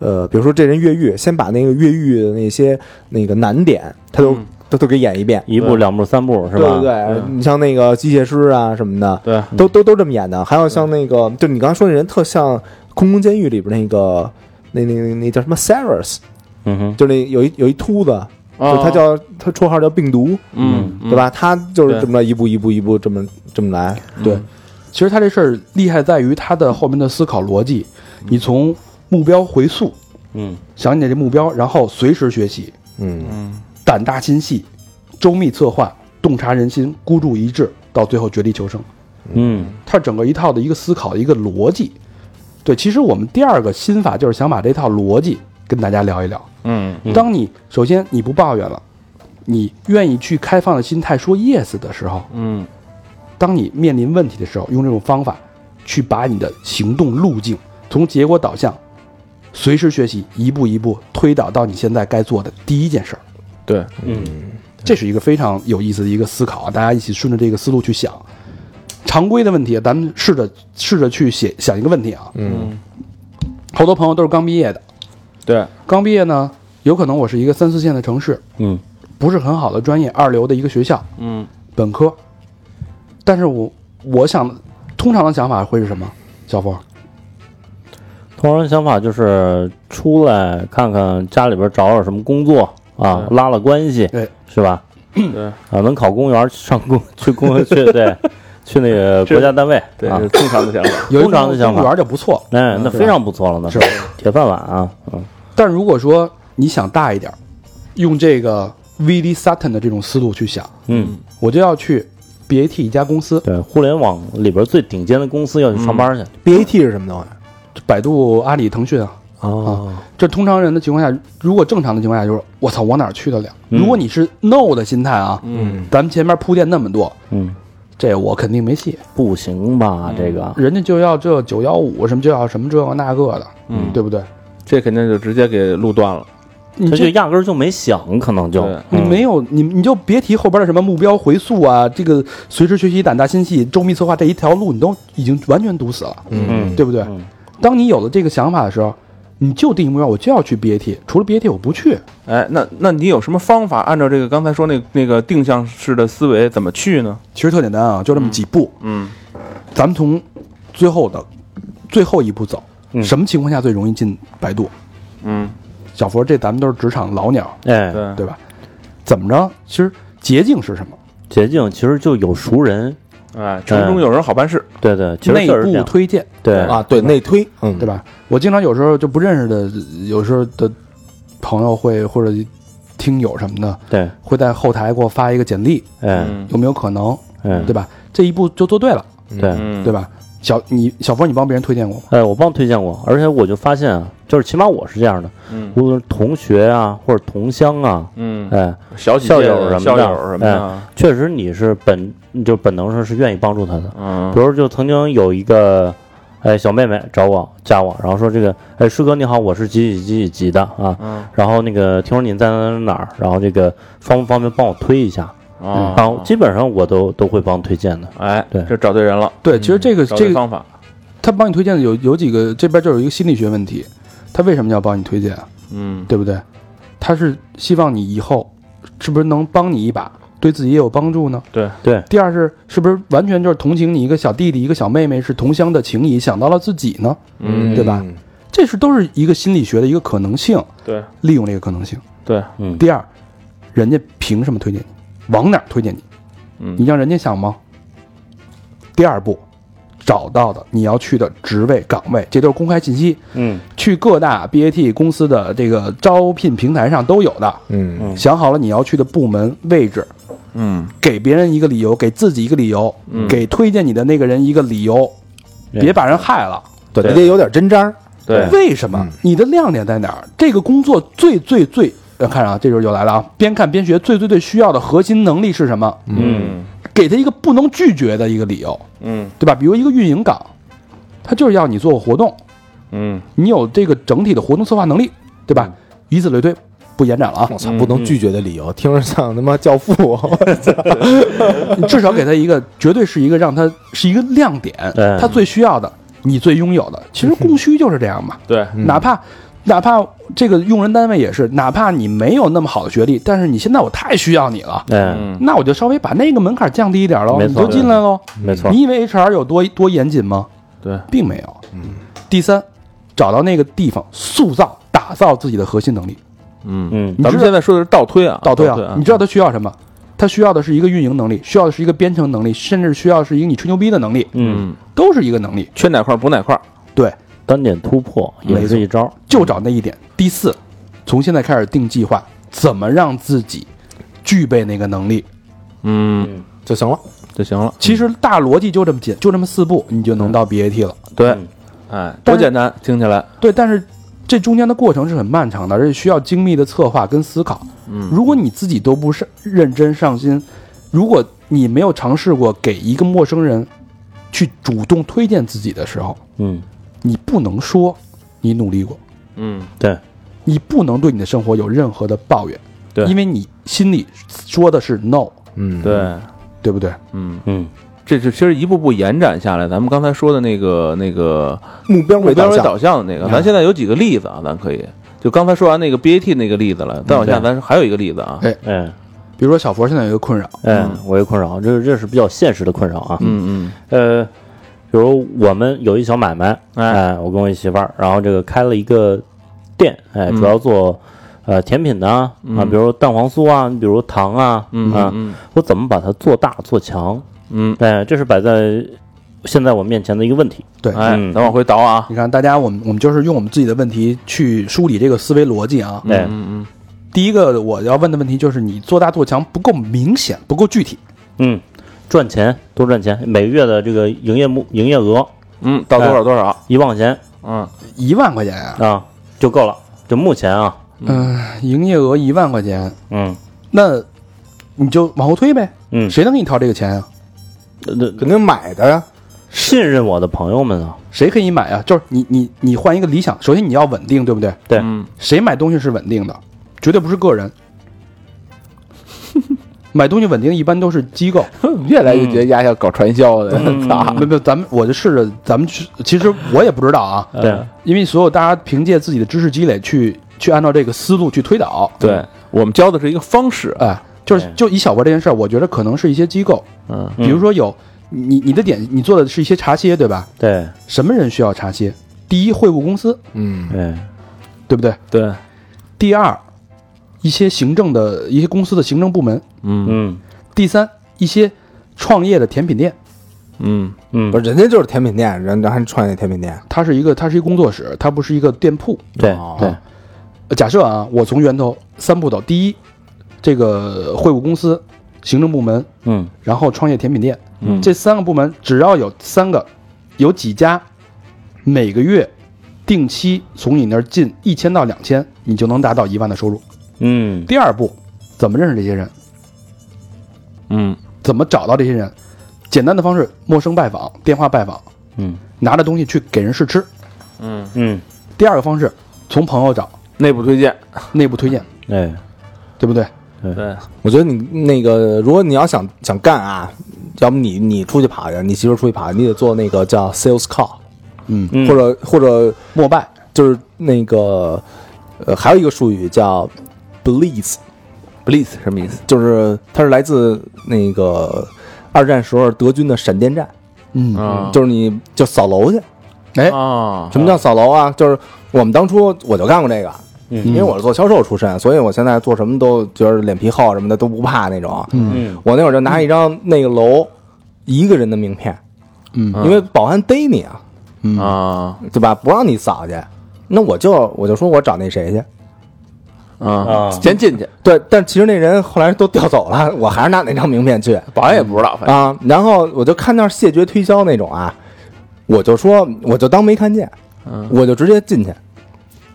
呃，比如说这人越狱，先把那个越狱的那些那个难点，他都、他都给演一遍，
嗯一步两步三步是吧？嗯
对对对，你像那个机械师啊什么的，
对，
都都都这么演的。还有像那个，就你刚才说那人特像《空中监狱》里边那个，那那那那叫什么 Cyrus，
嗯哼，
就那有一有一秃子，
啊
就他叫他绰号叫病毒，
嗯
对？嗯吧？他就是
对
这么着一步一步一步这么这么来，
对，其实他这事儿厉害在于他的后面的思考逻辑，你从目标回溯，
嗯，
想你这目标，然后随时学习，
嗯
胆大心细，周密策划，洞察人心，孤注一掷，到最后绝地求生。
嗯
它整个一套的一个思考的一个逻辑。对，其实我们第二个心法就是想把这套逻辑跟大家聊一聊。
嗯
当你首先你不抱怨了，你愿意去开放的心态说 yes 的时候，
嗯
当你面临问题的时候，用这种方法去把你的行动路径从结果导向，随时学习，一步一步推导到你现在该做的第一件事儿。
对，
嗯，
这是一个非常有意思的一个思考啊，大家一起顺着这个思路去想。常规的问题，啊咱们试着试着去写想一个问题啊。
嗯
好多朋友都是刚毕业的，
对，
刚毕业呢，有可能我是一个三四线的城市，
嗯，
不是很好的专业，二流的一个学校，
嗯
本科。但是我我想，通常的想法会是什么？小峰，
同样想法就是出来看看家里边找找什么工作啊，拉拉关系，
对，
是吧？
对
啊，能考公务员上公去公务去对，去那个国家单位
对，
啊
这是，正常的想 法，
有一
通常的
种
想
公务
法
员就不错，
哎，那
是吧
非常不错了呢，
是。
铁饭碗啊，嗯
但如果说你想大一点儿，用这个 V D Sutton 的这种思路去想，
嗯，
我就要去 B A T 一家公司，
对，互联网里边最顶尖的公司要去上班去，
，BAT 是什么东西？
百度、阿里、腾讯啊，
哦，
这通常人的情况下，如果正常的情况下，就是我操，我哪儿去得了？
嗯
如果你是 no 的心态啊，
嗯，
咱们前面铺垫那么多，
嗯，
这我肯定没戏。
不行吧？这个，
人家就要这九幺五什么就要什么这个那个的，
嗯
对不对？
这肯定就直接给路断了，
你
他就
这
压根儿就没想，可能就
对
你
嗯
嗯没有你你就别提后边的什么目标回溯啊，这个随时学习、胆大心细、周密策划这一条路，你都已经完全堵死了，
嗯
对不对？
嗯
当你有了这个想法的时候，你就定义目标，我就要去 BAT，除了 BAT 我不去。
哎，那那你有什么方法按照这个刚才说那那个定向式的思维怎么去呢？
其实特简单啊，就这么几步，
嗯
咱们从最后的最后一步走，什么情况下最容易进百度？
嗯，
小
嗯
佛，这咱们都是职场老鸟，
哎，
对
对吧？怎么着？其实捷径是什么？
捷径其实就有熟人，
哎，城中有人好办事，
对对，其实
内
就是这
部
样，
推荐，
对
啊，对内推，嗯，
对吧？我经常有时候就不认识的，有时候的朋友会或者听友什么的，
对，
会在后台给我发一个简历，
哎
嗯
有没有可能，
哎
对吧？这一步就做对了，
对，
嗯
对吧？小你小峰，你帮别人推荐过吗？
哎，我帮推荐过，而且我就发现啊，就是起码我是这样的，
嗯
无论是同学啊或者同乡啊，
嗯，
哎，
小几届
校
的
友什么的哎
校友什么的，
确实你是本就本能上是愿意帮助他的。
嗯
比如就曾经有一个，哎，小妹妹找我加我，然后说这个，哎，师哥你好，我是几几几几几的啊，
嗯
然后那个听说您在哪儿哪儿，然后这个方不方便帮我推一下？
啊
然后基本上我都都会帮推荐的。
哎，
对
这找对人了，嗯
对，其实这个
找
这
对
个
方法，
他帮你推荐的有有几个，这边就有一个心理学问题，他为什么要帮你推荐啊？
嗯
对不对？他是希望你以后是不是能帮你一把，对自己也有帮助呢？
对
对
第二是是不是完全就是同情你一个小弟弟、一个小妹妹是同乡的情谊，想到了自己呢？
嗯
对吧？这是都是一个心理学的一个可能性，
对
利用这个可能性。
对，
嗯，
第二，人家凭什么推荐你？往哪儿推荐你？你
嗯
让人家想吗？第二步，找到的你要去的职位岗位，这都是公开信息，
嗯
去各大 BAT 公司的这个招聘平台上都有的。
嗯
想好了你要去的部门位置，
嗯
给别人一个理由，给自己一个理由，
嗯
给推荐你的那个人一个理由，
对
别把人害了。
对，你得有点真章儿，
对，嗯
为什么？你的亮点在哪儿？这个工作最最最，呃看啊，这就是又来了啊！边看边学，最最最需要的核心能力是什么？
嗯
给他一个不能拒绝的一个理由，
嗯
对吧？比如一个运营岗，他就是要你做活动，
嗯，
你有这个整体的活动策划能力，对吧？以此类推，不延 展了啊！
我操，不能拒绝的理由，听着像他妈教父，哦
你至少给他一个，绝对是一个让他是一个亮点
对，
他最需要的，你最拥有的。其实供需就是这样嘛，
对，
嗯
哪怕哪怕这个用人单位也是，哪怕你没有那么好的学历，但是你现在我太需要你了，
哎，
嗯
那我就稍微把那个门槛降低一点喽，
没
你
错
就进来喽。
没错，
你以为 HR 有多多严谨吗？
对，
并没有。
嗯
第三，找到那个地方，塑造、打造自己的核心能力，
嗯，
嗯
咱们现在说的是倒推啊，
倒推
哦
推
啊，你知道他需要什么？他需要的是一个运营能力，需要的是一个编程能力，甚至需要是一个你吹牛逼的能力。
嗯，
都是一个能力。
缺哪块儿补哪块儿，
对，
单点突破也是一招。
就找那一点。第四，从现在开始定计划，怎么让自己具备那个能力？
嗯
就行了。
就行了，
其实大逻辑就这么简，就这么四步，你就能到 BAT 了。
对
嗯，
哎，
但
多
是
简单，听起来，
对，但是这中间的过程是很漫长的，而且需要精密的策划跟思考。
嗯
如果你自己都不是认真上心，如果你没有尝试过给一个陌生人去主动推荐自己的时候，
嗯，
你不能说你努力过，
嗯
对，
你不能对你的生活有任何的抱怨，
对
因为你心里说的是 no，
嗯，
对，
对不对？
嗯。
嗯，
这是其实一步步延展下来，咱们刚才说的那个那个
目标
目
为
标
导
为
向，
导向的那个，咱现在有几个例子啊，咱可以就刚才说完那个 BAT 那个例子了，再往下咱还有一个例子啊，
哎
哎
比如说小佛现在有一个困扰，
哎，我有困扰，这这是比较现实的困扰啊。
嗯嗯
呃，比如我们有一小买卖，
哎
哎，我跟我一媳妇儿，然后这个开了一个店，哎，主
嗯
要做呃甜品的啊，啊，比如蛋黄酥啊，比如糖啊，
嗯
啊，
嗯
我怎么把它做大做强？
嗯，
哎，这是摆在现在我面前的一个问题。
对，
哎，
嗯
咱往回倒啊，
你看大家，我们我们就是用我们自己的问题去梳理这个思维逻辑啊。
哎，
嗯
第一个我要问的问题就是你做大做强不够明显，不够具体，
嗯，赚钱多赚钱，每个月的这个营业目营业额
嗯嗯，到多少多少，
一万块钱
嗯
一万块钱啊，
啊就够了，就目前啊，
嗯、营业额一万块钱，
嗯
那你就往后推呗，
嗯，
谁能给你掏这个钱啊？
呃呃
肯定买的呀。
信任我的朋友们啊，
谁可以买啊？就是你你你换一个理想，首先你要稳定，对不对？
对
嗯
谁买东西是稳定的，绝对不是个人。买东西稳定一般都是机构，
越来越觉得丫要搞传销的，
啊
操！
没没，咱们我就试着咱们去，其实我也不知道啊，
对，
因为所有大家凭借自己的知识积累去去按照这个思路去推导，
对我们教的是一个方式，
哎，就是就以小博这件事儿，我觉得可能是一些机构，
嗯
比如说有你你的点，你做的是一些茶歇，对吧？
对，
什么人需要茶歇？第一，会务公司，
嗯，
哎，
对不对？
对，
第二，一些行政的一些公司的行政部门；
嗯
嗯
第三，一些创业的甜品店，
嗯嗯
不是人家就是甜品店，人家还创业甜品店，
它是一个它是一个工作室，它不是一个店铺。
对对，
呃假设啊，我从源头三步走：第一，这个会务公司、行政部门，
嗯
然后创业甜品店，
嗯
这三个部门只要有三个，有几家每个月定期从你那儿进一千到两千，你就能达到一万的收入。
嗯
第二步，怎么认识这些人？
嗯
怎么找到这些人？简单的方式，陌生拜访、电话拜访，
嗯
拿着东西去给人试吃。
嗯，
嗯，
第二个方式，从朋友找，
内部推荐，
内部推荐，
哎，
对不对？
对，
我觉得你那个，如果你要想想干啊，要么你你出去跑去，你媳妇儿出去跑去，你得做那个叫 sales call，
嗯，
嗯
或者或者
陌拜，
就是那个呃，还有一个术语叫 bleeds，
Bliss 什么意思？
就是它是来自那个二战时候德军的闪电战，
嗯，
啊
就是你就扫楼去。
哎，
嗯
啊，
什么叫扫楼啊？就是我们当初我就干过这个，因为我是做销售出身，所以我现在做什么都觉得脸皮厚，什么的都不怕那种。
嗯
我那会儿就拿一张那个楼一个人的名片，
嗯
因为保安逮你啊，
啊
对吧？不让你扫去，那我就我就说我找那谁去。
啊
啊，
先进去，
对，但其实那人后来都调走了，我还是拿那张名片去
保安也不知道，反正
啊。然后我就看那儿谢绝推销那种啊，我就说我就当没看见，
嗯
我就直接进去，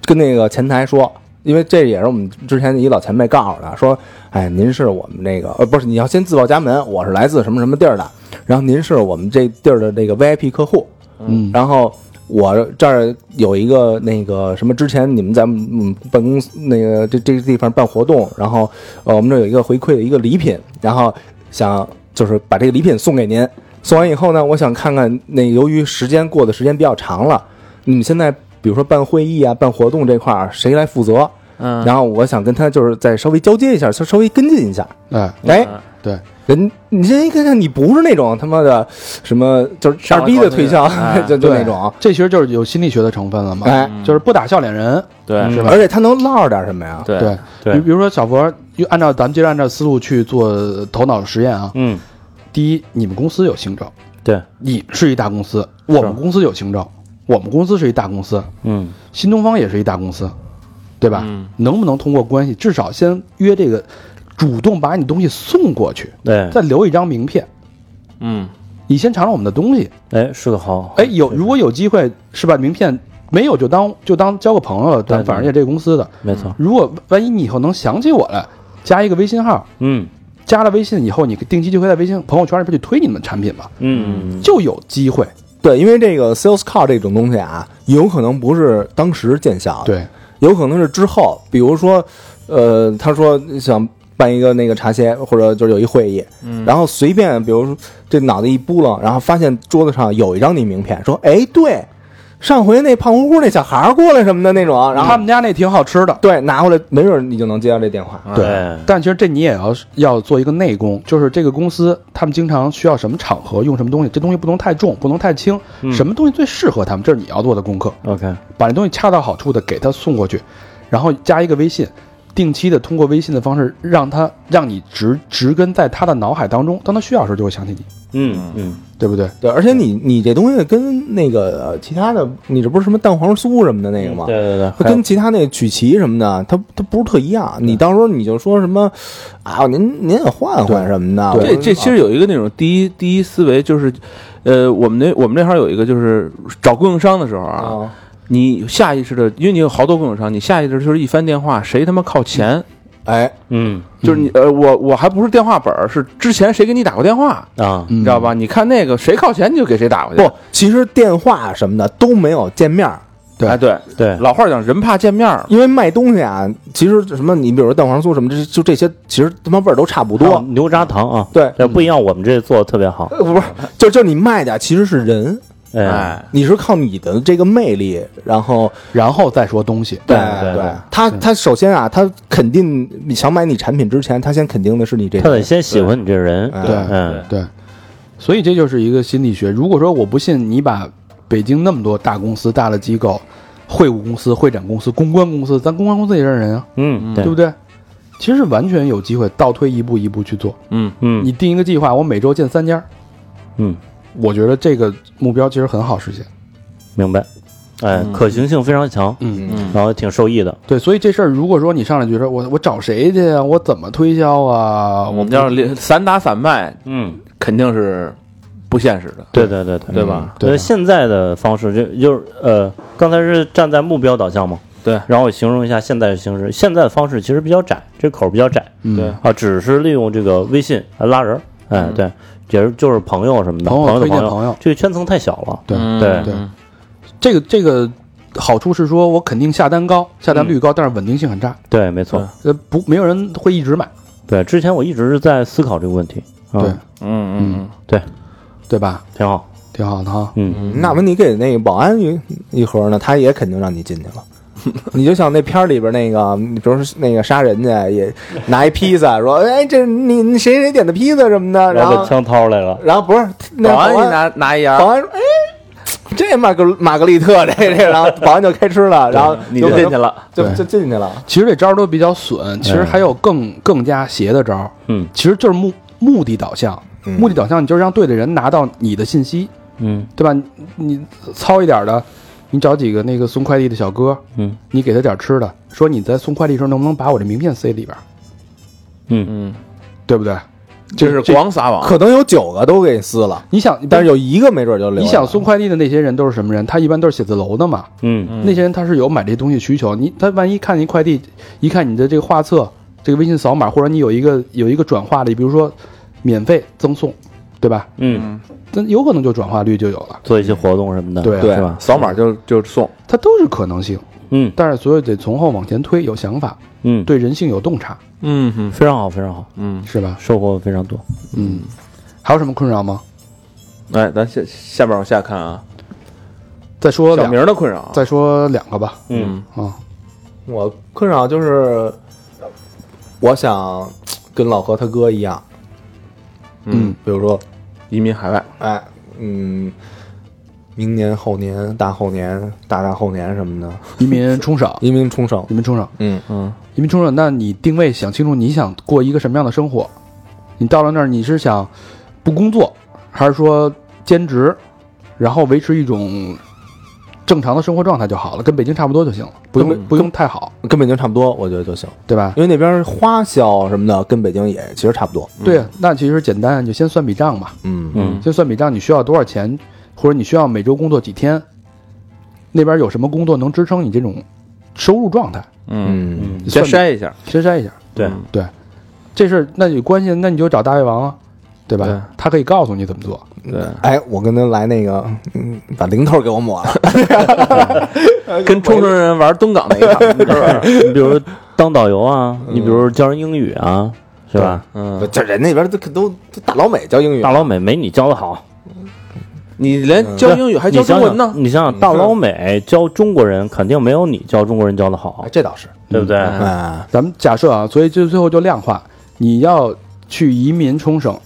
跟那个前台说，因为这也是我们之前一老前辈告诉的，说，哎，您是我们那个呃不是，你要先自报家门，我是来自什么什么地儿的，然后您是我们这地儿的这个 VIP 客户，
嗯
然后我这儿有一个那个什么，之前你们在嗯办公司那个这这个地方办活动，然后呃我们这儿有一个回馈的一个礼品，然后想就是把这个礼品送给您。送完以后呢，我想看看那由于时间过的时间比较长了，你们现在比如说办会议啊、办活动这块儿谁来负责？
嗯
然后我想跟他就是再稍微交接一下，稍稍微跟进一下。
哎，
哎，
对，
人，你这一看，你不是那种他妈的什么，就是二逼的推销， 就就那种，
这其实就是有心理学的成分了嘛，
哎，
就是不打笑脸人，
对
是吧？
而且他能唠着点什么呀？
对，
对，
对
比比如说小佛，就按照咱们接着按照思路去做头脑实验啊。
嗯
第一，你们公司有行政，
对，
你是一大公司，我们公司有行政，我们公司是一大公司，
嗯
新东方也是一大公司，对吧？能不能通过关系，至少先约这个，主动把你东西送过去，
对，
再留一张名片，
嗯
你先尝尝我们的东西。
哎是个好，
哎，有如果有机会是吧？名片没有就当就当交个朋友了，咱
对
反正也这公司的。
没错，
如果万一你以后能想起我来，加一个微信号，
嗯
加了微信以后，你定期就会在微信朋友圈里边去推你们的产品嘛，
嗯
就有机会。
对，因为这个 sales call 这种东西啊，有可能不是当时见
啊
效，，
对，
有可能是之后，比如说，呃，他说想办一个那个茶歇，或者就是有一会议，然后随便，比如说这脑袋一扑棱，然后发现桌子上有一张你名片，说，哎，对，上回那胖乎乎那小孩儿过来什么的那种，然后
他们家那挺好吃的。
对，拿回来，没准儿你就能接到这电话。啊
对
但其实这你也要要做一个内功，就是这个公司他们经常需要什么场合用什么东西，这东西不能太重，不能太轻，
嗯
什么东西最适合他们，这是你要做的功课。
，OK，嗯
把这东西恰到好处的给他送过去，然后加一个微信，定期的通过微信的方式让他让你植植根在他的脑海当中，当他需要的时候就会想起你，
嗯嗯
对不对？
对，而且你你这东西跟那个呃其他的，你这不是什么蛋黄酥什么的那个吗？
嗯对对对，
它跟其他那个曲奇什么的，它它不是特一样。你到时候你就说什么啊，您您也换换什么的。我啊
这这其实有一个那种第一第一思维就是，呃，我们那我们那行有一个就是找供应商的时候啊，
啊，
你下意识的，因为你有好多供应商，你下意识就是一翻电话，谁他妈靠前，
哎，
嗯
就是你呃，我我还不是电话本儿，是之前谁给你打过电话，
啊
你知道吧？你看那个谁靠前，你就给谁打过去。
不，其实电话什么的都没有见面儿，
对
哎，对，
对
老话讲人怕见面儿，
因为卖东西啊，其实什么你比如说蛋黄酥什么，这就这些，其实他妈味儿都差不
还有
多。
牛轧糖啊，
对，
这不一样，我们这做的特别好，
呃不是，就就你卖的其实是人，
哎
哎，
你是靠你的这个魅力，然后
然后再说东西。
对
对对
他他首先啊，他肯定你想买你产品之前，他先肯定的是你这
他得先喜欢你这人，
哎对
嗯
对，所以这就是一个心理学。如果说我不信你把北京那么多大公司、大的机构、会务公司、会展公司、公关公司，咱公关公司也认识人啊，
嗯，
对
对
不对？其实完全有机会倒推一步一步去做。
嗯
嗯
你定一个计划，我每周见三家，
嗯，
我觉得这个目标其实很好实现。
明白。哎，可行性非常强，
嗯，
然后挺受益的。
对，所以这事儿如果说你上来就说我我找谁去啊，我怎么推销啊，
我们要是散打散卖，
嗯，
肯定是不现实的，
对对对对
对吧？
对
所以现在的方式就就是呃，刚才是站在目标导向嘛，
对。
然后我形容一下现在的形式，现在的方式其实比较窄，这口儿比较窄
对
啊，只是利用这个微信来拉人儿，哎，对，也是就是朋友什么的，
朋友
友嗯的
推荐
朋
朋友
这个圈层太小了，
对
对
嗯
对这个这个好处是说我肯定下单高，下单率高，但是稳定性很差，
对，没嗯错，
呃，不没有人会一直买，
对。之前我一直是在思考这个问题，啊
对
嗯嗯
对吧？
挺好，
挺好的哈。
嗯，
嗯那不你给那个保安一一盒呢，他也肯定让你进去 了。你就像那片儿里边那个，你比如说那个杀人去，也拿一披萨，说：“哎，这是你你谁谁点的披萨什么的。”然
然后
后
把，枪掏出来了，
然后不是
嗯，
那
保
保
安一
安，
拿拿一
保
牙，
安说：“哎，这玛格玛格丽特这这。”然后保安就开吃了，然后
你就
有可
进
能
去了，
就
对
就进去了。
其实这招儿都比较损，其实还有更更加邪的招儿，
哎嗯
其实就是目目的导向，
嗯
目的导向你就是让对的人拿到你的信息，
嗯
对吧？你你糙一点的，你找几个那个送快递的小哥，
嗯，
你给他点吃的，说你在送快递的时候能不能把我这名片塞里边儿，
嗯，
嗯，
对不对？
这是广撒网，
可能有九个都给撕了，
你想，
但是有一个没准就留。
你想送，快递的那些人都是什么人？他一般都是写字楼的嘛，
嗯
那些人他是有买这东西需求，你他万一看您快递，一看你的这个画册，这个微信扫码，或者你有一个有一个转化的，比如说免费赠送，对吧？
嗯，
那有可能就转化率就有了，
做一些活动什么的，
对
对
是吧？
扫码就就送，
它都是可能性。
嗯
但是所以得从后往前推，有想法，
嗯，
对人性有洞察，
嗯嗯
非常好，非常好，
嗯，
是吧？
收获非常多。
嗯，还有什么困扰吗？
哎，咱下下边往下看啊，
再说
小
两，
明的困扰，啊
再说两个吧。
嗯
啊，
我困扰就是，我想跟老何他哥一样，
嗯，
比如说
移民海外，
哎，嗯，明年、后年、大后年、大大后年什么的，
移民冲绳，
移民冲绳。
移民冲绳，
嗯
嗯
移民冲绳。那你定位想清楚，你想过一个什么样的生活？你到了那儿，你是想不工作，还是说兼职，然后维持一种正常的生活状态就好了，跟北京差不多就行了，不用
跟
不用太好，
跟北京差不多，我觉得就行，
对吧？
因为那边花销什么的跟北京也其实差不多。
对，啊那其实简单，你就先算笔账嘛。
嗯
嗯
先算笔账，你需要多少钱，或者你需要每周工作几天，那边有什么工作能支撑你这种收入状态？
嗯，
嗯，
你
先
算笔
筛一下，
先筛一下，
对
嗯
对，这事儿那有关系，那你就找大胃王啊，对吧？
对
他可以告诉你怎么做。
对，
哎，我跟他来那个，嗯，把零头给我抹 了。
跟冲绳人玩蹲 港那一套，是不是？
你比如当导游啊，你比如教人英语啊，是吧？
嗯，
这人那边都都都大老美教英语
大，老美没你教的好，
你连教英语还教中文呢，
你想想，大老美教中国人肯定没有你教中国人教的好
哎，这倒是。
对不对？
哎，
咱们假设啊，所以就最后就量化，你要去移民冲绳，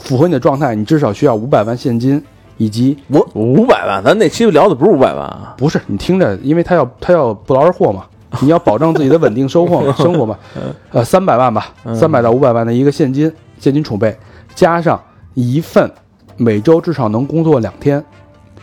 符合你的状态，你至少需要五百万现金，以及
五百万，咱那期聊的不是五百万啊，
不是你听着，因为他要他要不劳而获嘛，你要保证自己的稳定收获嘛生活嘛，呃，三百万吧，三百到五百万的一个现金现金储备，加上一份每周至少能工作两天，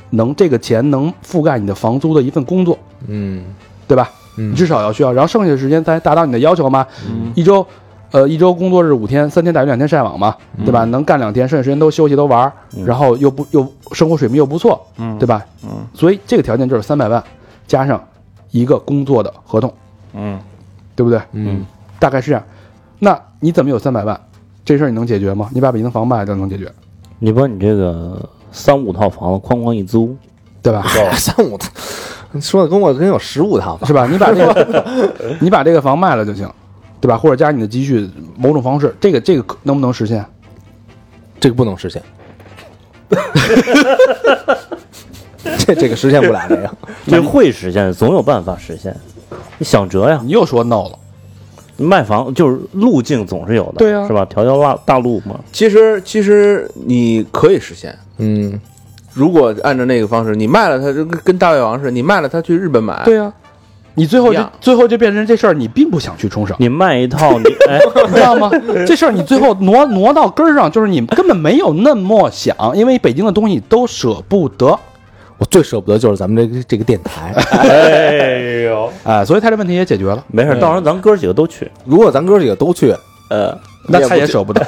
能这个钱能覆盖你的房租的一份工作，
嗯
对吧？
嗯
你至少要需要，然后剩下的时间才达到你的要求嘛，
嗯
一周。呃，一周工作日五天，三天打鱼两天晒网嘛，
嗯
对吧？能干两天，剩下时间都休息都玩儿，然后又不又生活水平又不错，
嗯
对吧？
嗯
所以这个条件就是三百万加上一个工作的合同，
嗯
对不对？
嗯，
大概是这样。那你怎么有三百万？这事儿你能解决吗？你把北京房卖了就能解决，
你把你这个三五套房子哐哐一租，
对吧？
三五，说的跟我跟有十五套吧
是。吧？你把这个你把这个房卖了就行，对吧？或者加你的积蓄，某种方式，这个这个可能不能实现？
这个不能实现。 这这个实现不了这个，
这会实现，总有办法实现。你想辙呀，
你又说 no 了，
你卖房就是路径总是有的，
对呀
是吧？条条大大路嘛，
其实其实你可以实现。
嗯，
如果按照那个方式，你卖了它，就跟跟大胃王似的，你卖了它去日本买，
对呀、你最后
一
这
样
最后就变成这事儿，你并不想去冲绳，
你卖一套，你哎，
你知道吗？这事儿你最后挪挪到根儿上，就是你根本没有那么想，因为北京的东西都舍不得。
我最舍不得就是咱们这个这个电台。
哎呦，
哎，所以他这问题也解决了，
没事，到时候咱哥几个都去，
如果咱哥几个都去，
呃，
那他也舍不得。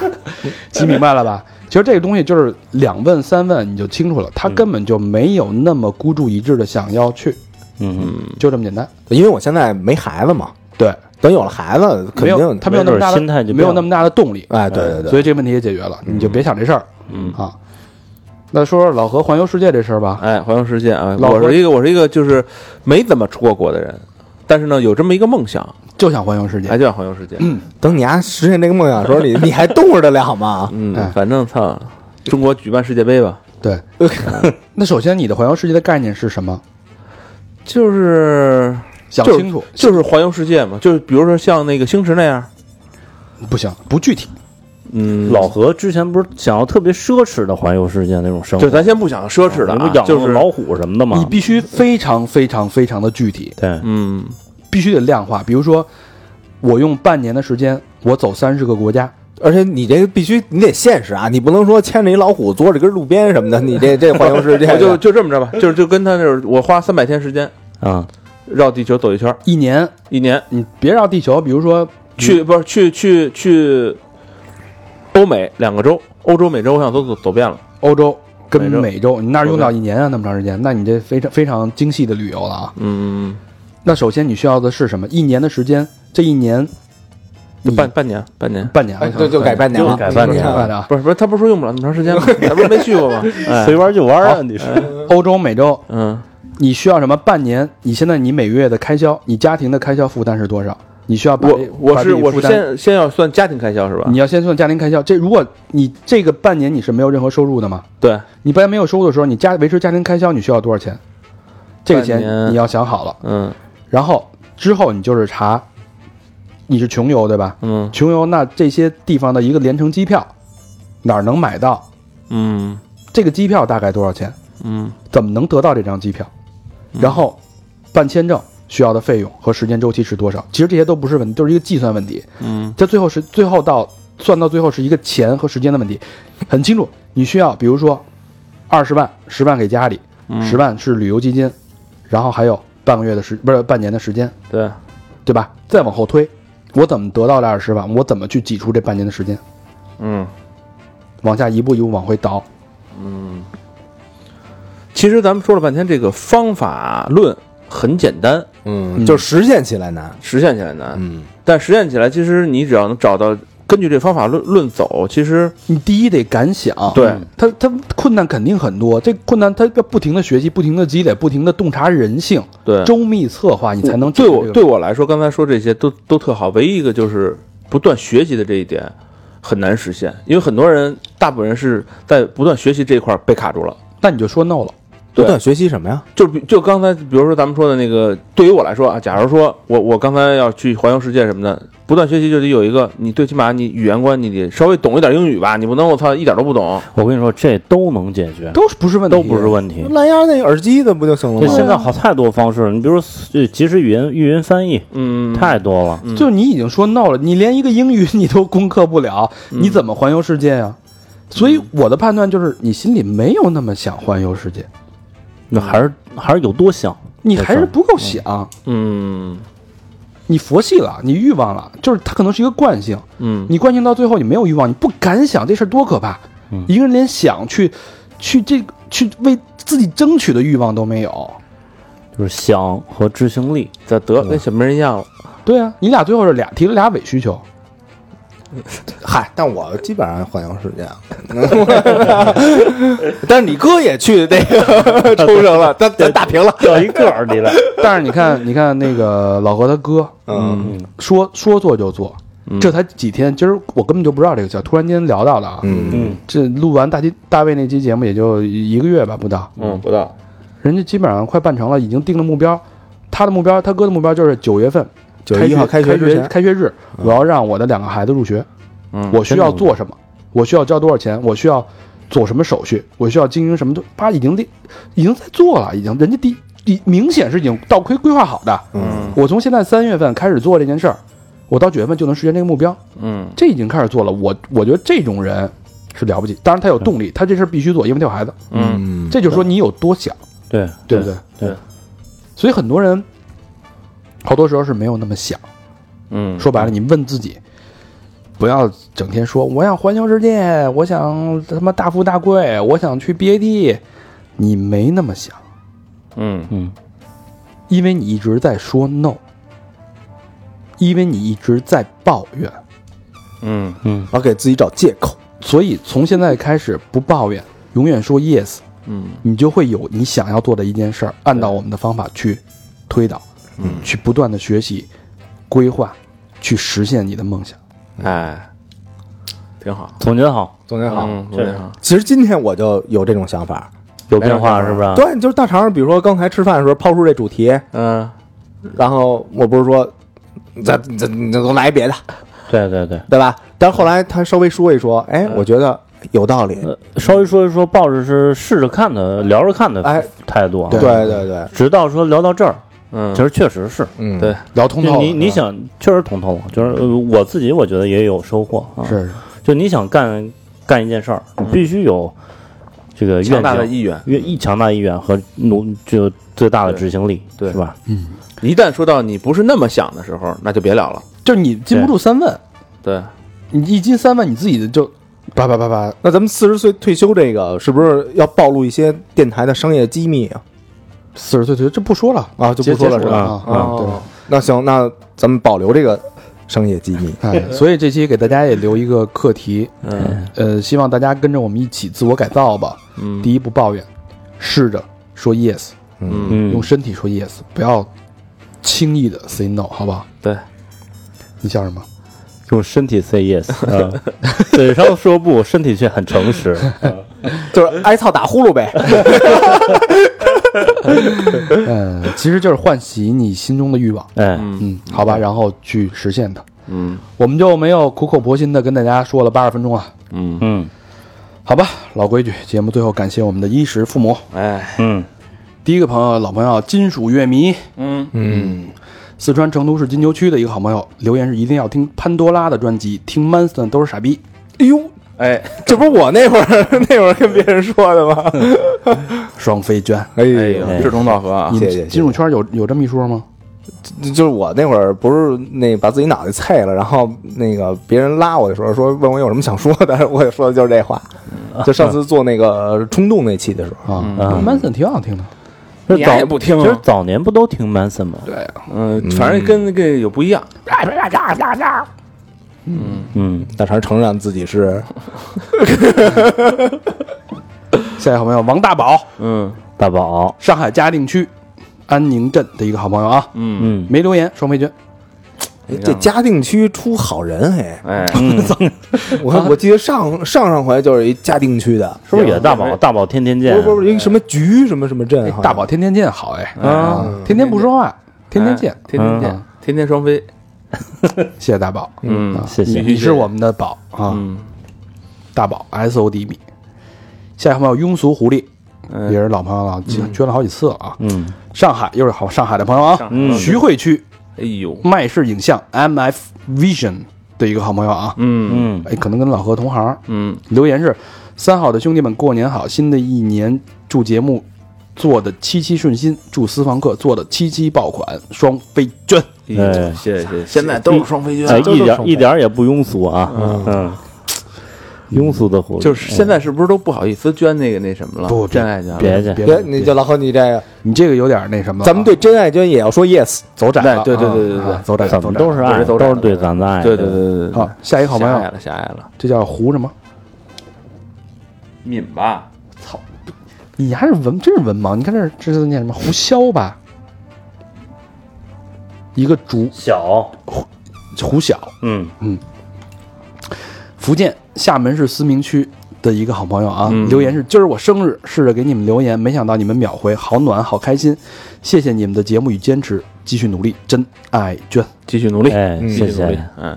记明白了吧？其实这个东西就是两问三问你就清楚了，他根本就没有那么孤注一掷的想要去，
嗯，
就这么简单。
因为我现在没孩子嘛，
对，
等有了孩子肯
没有
定
他没有那么大的
没准儿心态就
没
变
有
了
那么大的动力，
哎，对对对，
所以这问题也解决了，你就别想这事儿，嗯啊。那说说老何环游世界这事儿吧，
哎，环游世界啊！
老
我
何
是一个我是一个就是没怎么出过国的人，但是呢有这么一个梦想，
就想环游世界
哎，，就想环游世界。嗯
等你丫、实现这个梦想的时候，你你还动着得了吗？
哎
嗯反正操，中国举办世界杯吧，
对。 那首先，你的环游世界的概念是什么？
就是
想
就是
清楚，
就是环游世界嘛，就是比如说像那个星驰那样，
不行，不具体。
嗯，
老何之前不是想要特别奢侈的环游世界那种生活，
就咱先不想奢侈的
你
啊
不，养
就是
老虎什么的
你
吗？
必须非常非常非常的具体，
对，
嗯
必须得量化。比如说，我用半年的时间，我走三十个国家，
而且你这个必须你得现实啊，你不能说牵着一老虎坐着根路边什么的，你这这环游世界
我就就这么着吧， 就是就跟他就是我花三百天时间
啊，
绕地球走一圈儿，
一年
一年
你别绕地球，比如说
去不是去去去欧美两个州，欧洲、美洲，我想都走走遍了。
欧洲跟
美洲
美洲，你那儿
我
用
们
到一年啊，那么长时间，那你这非常非常精细的旅游了啊。
嗯，
那首先你需要的是什么？一年的时间，这一年
就
你
半半年，半年。
半年啊，
哎就就改半年了，
就改半年
明白
了。
的啊。
不是不是，他不是说用不了那么长时间 吗？咱不是没去过吗？哎，
随玩就玩啊，你是
欧洲、美洲，
嗯，
你需要什么？半年，你现在你每月的开销，你家庭的开销负担是多少？你需要把
我
这
我
把
是
这笔
我
负
是
担
先先要算家庭开销是吧
你？要先算家庭开销。这如果你这个半年你是没有任何收入的嘛？
对，
你半年没有收入的时候，你家维持家庭开销你需要多少钱？这个
半
钱
年
你要想好了，
嗯
然后之后你就是查，你是穷游对吧？
嗯
穷游那这些地方的一个联程机票哪儿能买到？
嗯
这个机票大概多少钱？
嗯
怎么能得到这张机票？然后办签证需要的费用和时间周期是多少？其实这些都不是问题，就是一个计算问题。
嗯
这最后是最后到算到最后是一个钱和时间的问题，很清楚。你需要比如说二十万、十万给家里，
嗯
十万是旅游基金，然后还有半个月的时不是半年的时间，
对，
对吧？再往后推，我怎么得到这二十万？我怎么去挤出这半年的时间？
嗯。
往下一步一步往回倒，
其实咱们说了半天，这个方法论很简单，
嗯，就实现起来难。
实现起来难，
嗯，
但实现起来，其实你只要能找到根据这方法论论走，其实
你第一得敢想，
对
他他困难肯定很多，这困难他要不停的学习，不停的积累，不停的洞察人性，
对
周密策划，你才能
对
解决
我
这个
对我来说，刚才说这些都都特好，唯一一个就是不断学习的这一点很难实现，因为很多人大部分人是在不断学习这一块儿被卡住了。
那你就说 no 了，
不
对
断学习什么呀？
就比就刚才，比如说咱们说的那个，对于我来说啊，假如说我我刚才要去环游世界什么的，不断学习就得有一个，你最起码你语言观你得稍微懂一点英语吧，你不能我操一点都不懂。
我跟你说，这都能解决，
都是不是问题，
都不是问题。啊
蓝牙那耳机的不就行了
这现
吗？
在好太多方式了，你比如说这即时语音、语音翻译，
嗯，
太多了。
就是你已经说 no 了，你连一个英语你都攻克不了，
嗯
你怎么环游世界呀、啊所以我的判断就是，你心里没有那么想环游世界，
那还是还是有多想，
你还是不够想，
嗯
你佛系了，你欲望了，就是它可能是一个惯性，
嗯
你惯性到最后你没有欲望，你不敢想这事儿多可怕，
嗯
一个人连想去去这个去为自己争取的欲望都没有，
就是想和执行 力。
这得跟小没人一样了。
对啊，你俩最后是俩提了俩伪需求，
嗨，但我基本上环游世界。啊 但是你哥也去那个冲绳 了，咱咱打平了。
掉一个儿里来，
但是你看，你看那个老何他哥，
嗯，
说说做就做，这才几天，今儿我根本就不知道这个事儿，突然间聊到的啊。
嗯，
这录完大鸡大卫那期节目也就一个月吧，不到，
嗯，不到。
人家基本上快办成了，已经定了目标。他的目标，他哥的目标就是九月份
九月一号
开
开
学
学之
学
前，嗯
开学日，我要让我的两个孩子入学。
嗯
我需要做什么？我需要交多少钱？我需要做什么手续？我需要经营什么都？啪，已经定，已经在做了，已经人家第已明显是已经到规规划好的。
嗯，
我从现在三月份开始做这件事儿，我到九月份就能实现这个目标，
嗯
这已经开始做了。我我觉得这种人是了不起，当然他有动力，他这事儿必须做，因为他有孩子。
嗯
嗯
这就是说你有多想，
对
对不对？
对对
所以很多人好多时候是没有那么想。
嗯，
说白了，你问自己，不要整天说我想环游世界，我想他妈大富大贵，我想去 BAT，你没那么想，
嗯
因为你一直在说 no，因为你一直在抱怨，
嗯
然后给自己找借口。
所以从现在开始不抱怨，永远说 yes，
嗯
你就会有你想要做的一件事儿，按照我们的方法去推导，
嗯
去不断的学习、规划，去实现你的梦想。
哎，挺好，
总结好，
总结好，
嗯，
确实
挺好，
其实今天我就有这种想法。
有变化是不是？
对，就是大肠，比如说刚才吃饭的时候抛出这主题，
嗯
然后我不是说，咱咱咱咱来一别的，
对对对，
对吧？但是后来他稍微说一说，哎，我觉得有道理。
呃，稍微说一说，抱着是试着看的、聊着看的
哎
态度啊。
对对对，
直到说聊到这儿，
嗯，
其实确实是，
嗯，
对
聊通
就
透了，
你
嗯
你想确实通透了，就是呃我自己我觉得也有收获啊。
是吧是
就你想干干一件事儿，你必须有这个
强
愿
大的
景，
意愿。
愿一强大意愿和努就最大的
对
执行力，
对
是吧？
一旦说到你不是那么想的时候，那就别聊了。
就是你禁不住三问，
对，
你一进三问，你自己的就叭叭叭叭，
那咱们四十岁退休这个是不是要暴露一些电台的商业机密啊？
四十岁退休这不说了，
啊，就
结
不说了
结
是
束
吧？
啊
啊
对，
那行，那咱们保留这个商业机密。
哎，所以这期给大家也留一个课题，
嗯
呃，希望大家跟着我们一起自我改造吧。
嗯
第一，不抱怨，试着说 yes，
嗯
嗯
用，身体说 yes，不要轻易的 say no，好不好？
对，
你笑什么？
用身体 say yes，啊嘴上说不，身体却很诚 实。
就是挨操打呼噜呗。
嗯，其实就是唤起你心中的欲望，
哎，
嗯，好吧，然后去实现它。
嗯
我们就没有苦口婆心的跟大家说了八十分钟了。
嗯，
嗯
好吧，老规矩，节目最后感谢我们的衣食父母。
哎，
嗯，
第一个朋友，老朋友，金属乐迷，
嗯
嗯，四川成都市金牛区的一个好朋友，留言是一定要听潘多拉的专辑，听 Manson 都是傻逼。
哎呦，
哎，
这不是我那会儿 那会儿跟别人说的吗？
双飞娟，
哎
哎呦，志同道合啊
你！
谢谢谢谢
们金属圈有有这么一说吗？
就是我那会儿不是那把自己脑袋菜了，然后那个别人拉我的时候说问我有什么想说的， 我也说的就是这话。就上次做那个冲动那期的时候，
啊、
嗯
m a n s o n 挺好听的，
这
你
早
也不听啊
其实早年不都听 Manson 吗？
嗯，反正跟那个有不一样。
嗯，
大肠承认自己是
下一个好朋友王大宝，
嗯
大宝，
上海嘉定区安宁镇的一个好朋友啊，
嗯，
嗯
没留言，双飞娟，
哎这嘉定区出好人哎，
哎，
我看我记得上上上回就是一嘉定区的，
是不是也是大宝？大宝天天
不
见
是，
啊
不是一个什么局什么什么镇，好像
大
嗯
宝天天见好哎，
啊
嗯天天不说话，天天见嗯
哎，天天见，天天双飞。
谢谢大宝，
嗯
啊
谢谢
你，你是我们的宝啊，
嗯，
大宝 S O D 米。下一个朋友庸俗狐狸，
嗯
也是老朋友了，捐捐了好几次了啊。
嗯，
上海又是好上海的朋友啊，
嗯，
徐汇区
哎呦，
麦氏影像 M F Vision 的一个好朋友啊，
嗯
嗯，
哎，可能跟老何同行。
嗯
留言是：三好的兄弟们，过年好！新的一年祝节目做的七七顺心，祝私房课做的七七爆款，双飞娟。
哎呦，
哎
谢谢谢谢，现啊在都是双飞娟
哎，一点一点儿也不庸俗啊，嗯，庸俗的嗯狐狸
就是现在是不是都不好意思捐那个那什么了？
不
真爱捐了，
别去，
别
别，你就老何你这个，
你这个有点那什么了啊，
咱们对真爱娟也要说 yes。
走窄了啊，
对对对对对
啊走窄了，
怎
走窄
么都
了
是爱，
都是都是
都是对咱的爱，嗯
对对对对对，
好，下一个好朋
狭隘
友，
了狭隘了，
这叫胡什么？
敏吧，
你还是文，真是文盲。你看这儿这字念什么？胡萧吧，一个竹
小，
胡小，
嗯
福建厦门市思明区的一个好朋友啊，
嗯
留言是：今儿我生日，试着给你们留言，没想到你们秒回，好暖，好开心，谢谢你们的节目与坚持，继续努力，真哎爱娟。
继续努力，
哎，
嗯
继
谢
续努力
谢，，
嗯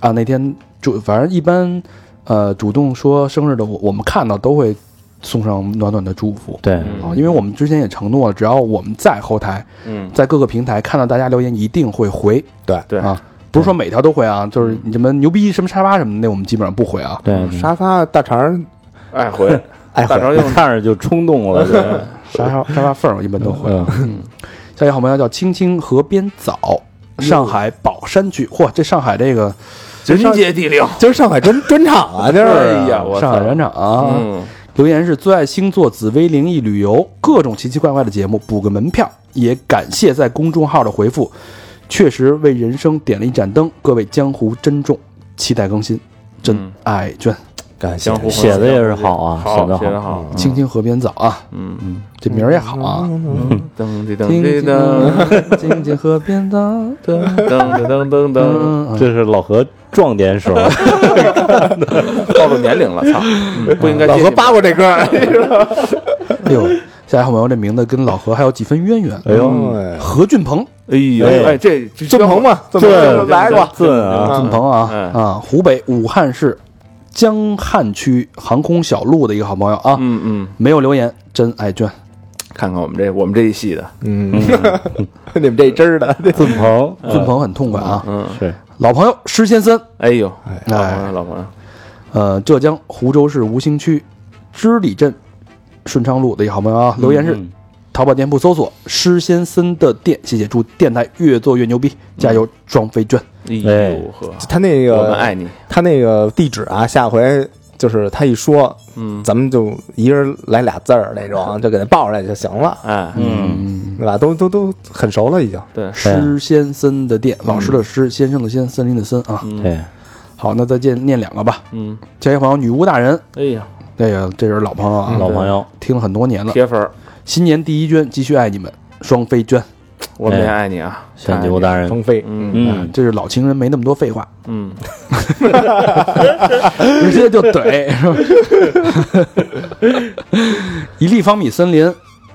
啊，那天主反正一般，呃，主动说生日的我，我们看到都会送上暖暖的祝福
对，
啊，因为我们之前也承诺了，只要我们在后台，
嗯，
在各个平台看到大家留言，一定会回。
对
对
啊，不是说每条都回啊，就是你什么牛逼什么沙发什么的，那我们基本上不回啊。
对，
沙发大肠
爱回
爱
大
喝
肠
你
用
看着就冲动了，对
沙发沙发缝儿我一般都回。啊
嗯
下一个好朋友叫青青河边早，上海宝山区。嚯，这上海这个
人杰地灵。
今儿上海专专场啊，今儿
哎呀，我
上
操
海！展场啊，
嗯，
留言是最爱星座、紫薇、灵异、旅游，各种奇奇怪怪的节目，补个门票。也感谢在公众号的回复，确实为人生点了一盏灯。各位江湖珍重，期待更新，真
嗯
爱娟。
感谢
江湖
写的也是好啊
好
写得好
写的好。
青青河边早啊，
嗯，
嗯，这名儿也好啊。
噔滴噔
青
滴
青
噔
河青青河边早，
噔噔噔噔噔，
嗯，
这是老何壮哎年时候，
暴露年龄了， 操！嗯不应该
老
接
何
你
扒过这歌儿，
哎呦，下一位好朋友这名字跟老何还有几分渊源。
哎呦，
哎
何俊鹏，
哎呦，
哎
哎，这这
尊鹏嘛，尊鹏来过，
对啊，
俊鹏啊
嗯
啊，湖北武汉市江汉区航空小路的一个好朋友啊，
嗯嗯，
没有留言，真爱娟。
看看我们这我们这一系的，
嗯，你们这真儿的，
俊鹏，
俊鹏很痛快啊，
嗯，
是
老朋友施先森，
哎呦，老朋
哎，
友老朋友，
呃，浙江湖州市吴兴区织里镇顺昌路的一个好朋友啊，留言是
嗯
淘宝店铺搜索施先森的店，谢谢，祝电台越做越牛逼，加油，双飞娟。
哎呦呵，
他那
我们
个
爱你，
他那个地址啊，下回就是他一说，
嗯，
咱们就一人来俩字儿那 种，就给他报出来就行了，
哎，
嗯，
嗯，
对吧？都都都很熟了，已经。
对，
施先森的店，老师的施，先生的先，森林的森啊。
嗯
对，
好，那再见，念两个吧。
嗯，
下一个朋友女巫大人，
哎呀，
这个这是老朋友啊，
老朋友，
听了很多年了。
铁粉儿，
新年第一捐，继续爱你们，双飞娟。
我们也爱你啊，
像
太爱
牛
你
大人，
腾飞，
嗯
嗯，
这是老情人没那么多废话，
嗯，
直接就怼。是吧 一立方米森林，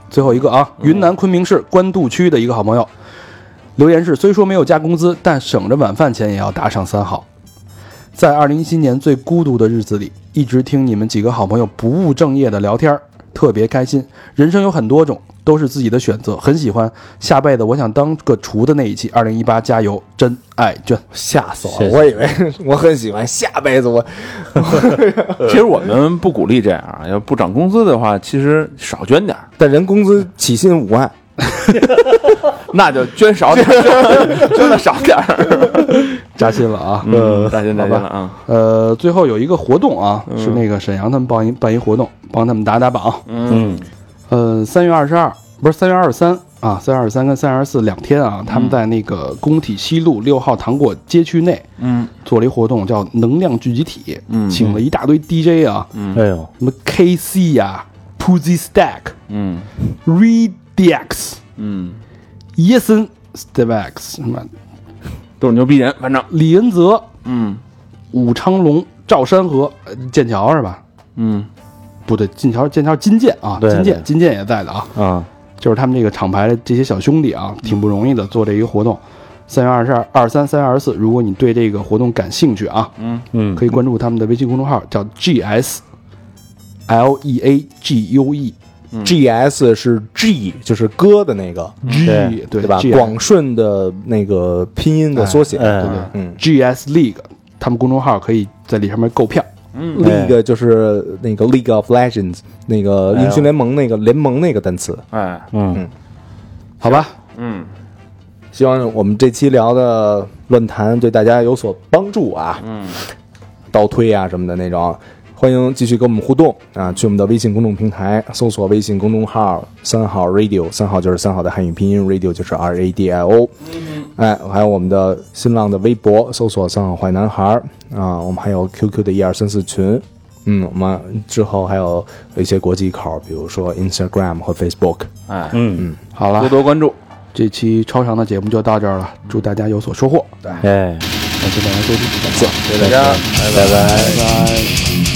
最后一个啊，云南昆明市官渡区的一个好朋友，留言是：虽说没有加工资，但省着晚饭钱也要打赏三好。在二零一七年最孤独的日子里，一直听你们几个好朋友不务正业的聊天儿，特别开心。人生有很多种，都是自己的选择，很喜欢。下辈子我想当个厨的那一期，二零一八加油，真爱卷。
吓死我
谢
了！
谢
我以为 我很喜欢，下辈子我
其实我们不鼓励这样啊，要不涨工资的话，其实少捐点儿，
但人工资起薪五万，
那就捐少点 儿，捐的少点儿，
扎心了啊！
嗯，大家再见了啊，
呃，最后有一个活动啊，是那个沈阳他们办一办一活动，帮他们打打榜。
嗯
呃，三月二十二不是三月二十三啊，三月二十三跟三月二十四两天啊，他们在那个工体西路六号糖果街区内
嗯
做了一活动，叫能量聚集体，
嗯
请了一大堆 DJ 啊，
哎呦，
什么 KC 呀、Pussy Stack、
嗯
Redx、
嗯，
Eason Stevax 什么
都是牛逼人，反正，
李恩泽、
嗯
武昌龙、赵山河、呃剑桥是吧？
嗯
不对，金条剑桥金剑啊，
对
金剑
对
金剑也在的啊，
啊，
就是他们这个厂牌的这些小兄弟啊，挺不容易的做这一个活动。三月二十二、二三、三月二十四，如果你对这个活动感兴趣啊，
嗯，
可以关注他们的微信公众号，叫 G S L E A G U E
嗯
G S 是 G，就是歌的那个，
G
对
对
对吧？
G
广顺的那个拼音的缩写，
哎，
嗯
G S League，他们公众号可以在里上面购票。
哎
，League 就是那个 League of Legends，那个英雄联盟那个联盟那个单词。
哎
嗯，
好吧，
嗯
希望我们这期聊的论坛对大家有所帮助啊，
嗯
倒推啊什么的那种。欢迎继续跟我们互动啊！去我们的微信公众平台搜索微信公众号“三好 radio”，三好就是三好的汉语拼音，radio 就是 R A D I O。哎，还有我们的新浪的微博，搜索“三好坏男孩”儿啊，我们还有 QQ 的一二三四群。嗯，我们之后还有一些国际口，比如说 Instagram 和 Facebook。
哎，
嗯，
好
多
了，
多关注，
这期超长的节目就到这儿了，祝大家有所收获，
哎。
感谢大家收听。
大家。
拜拜。
拜拜。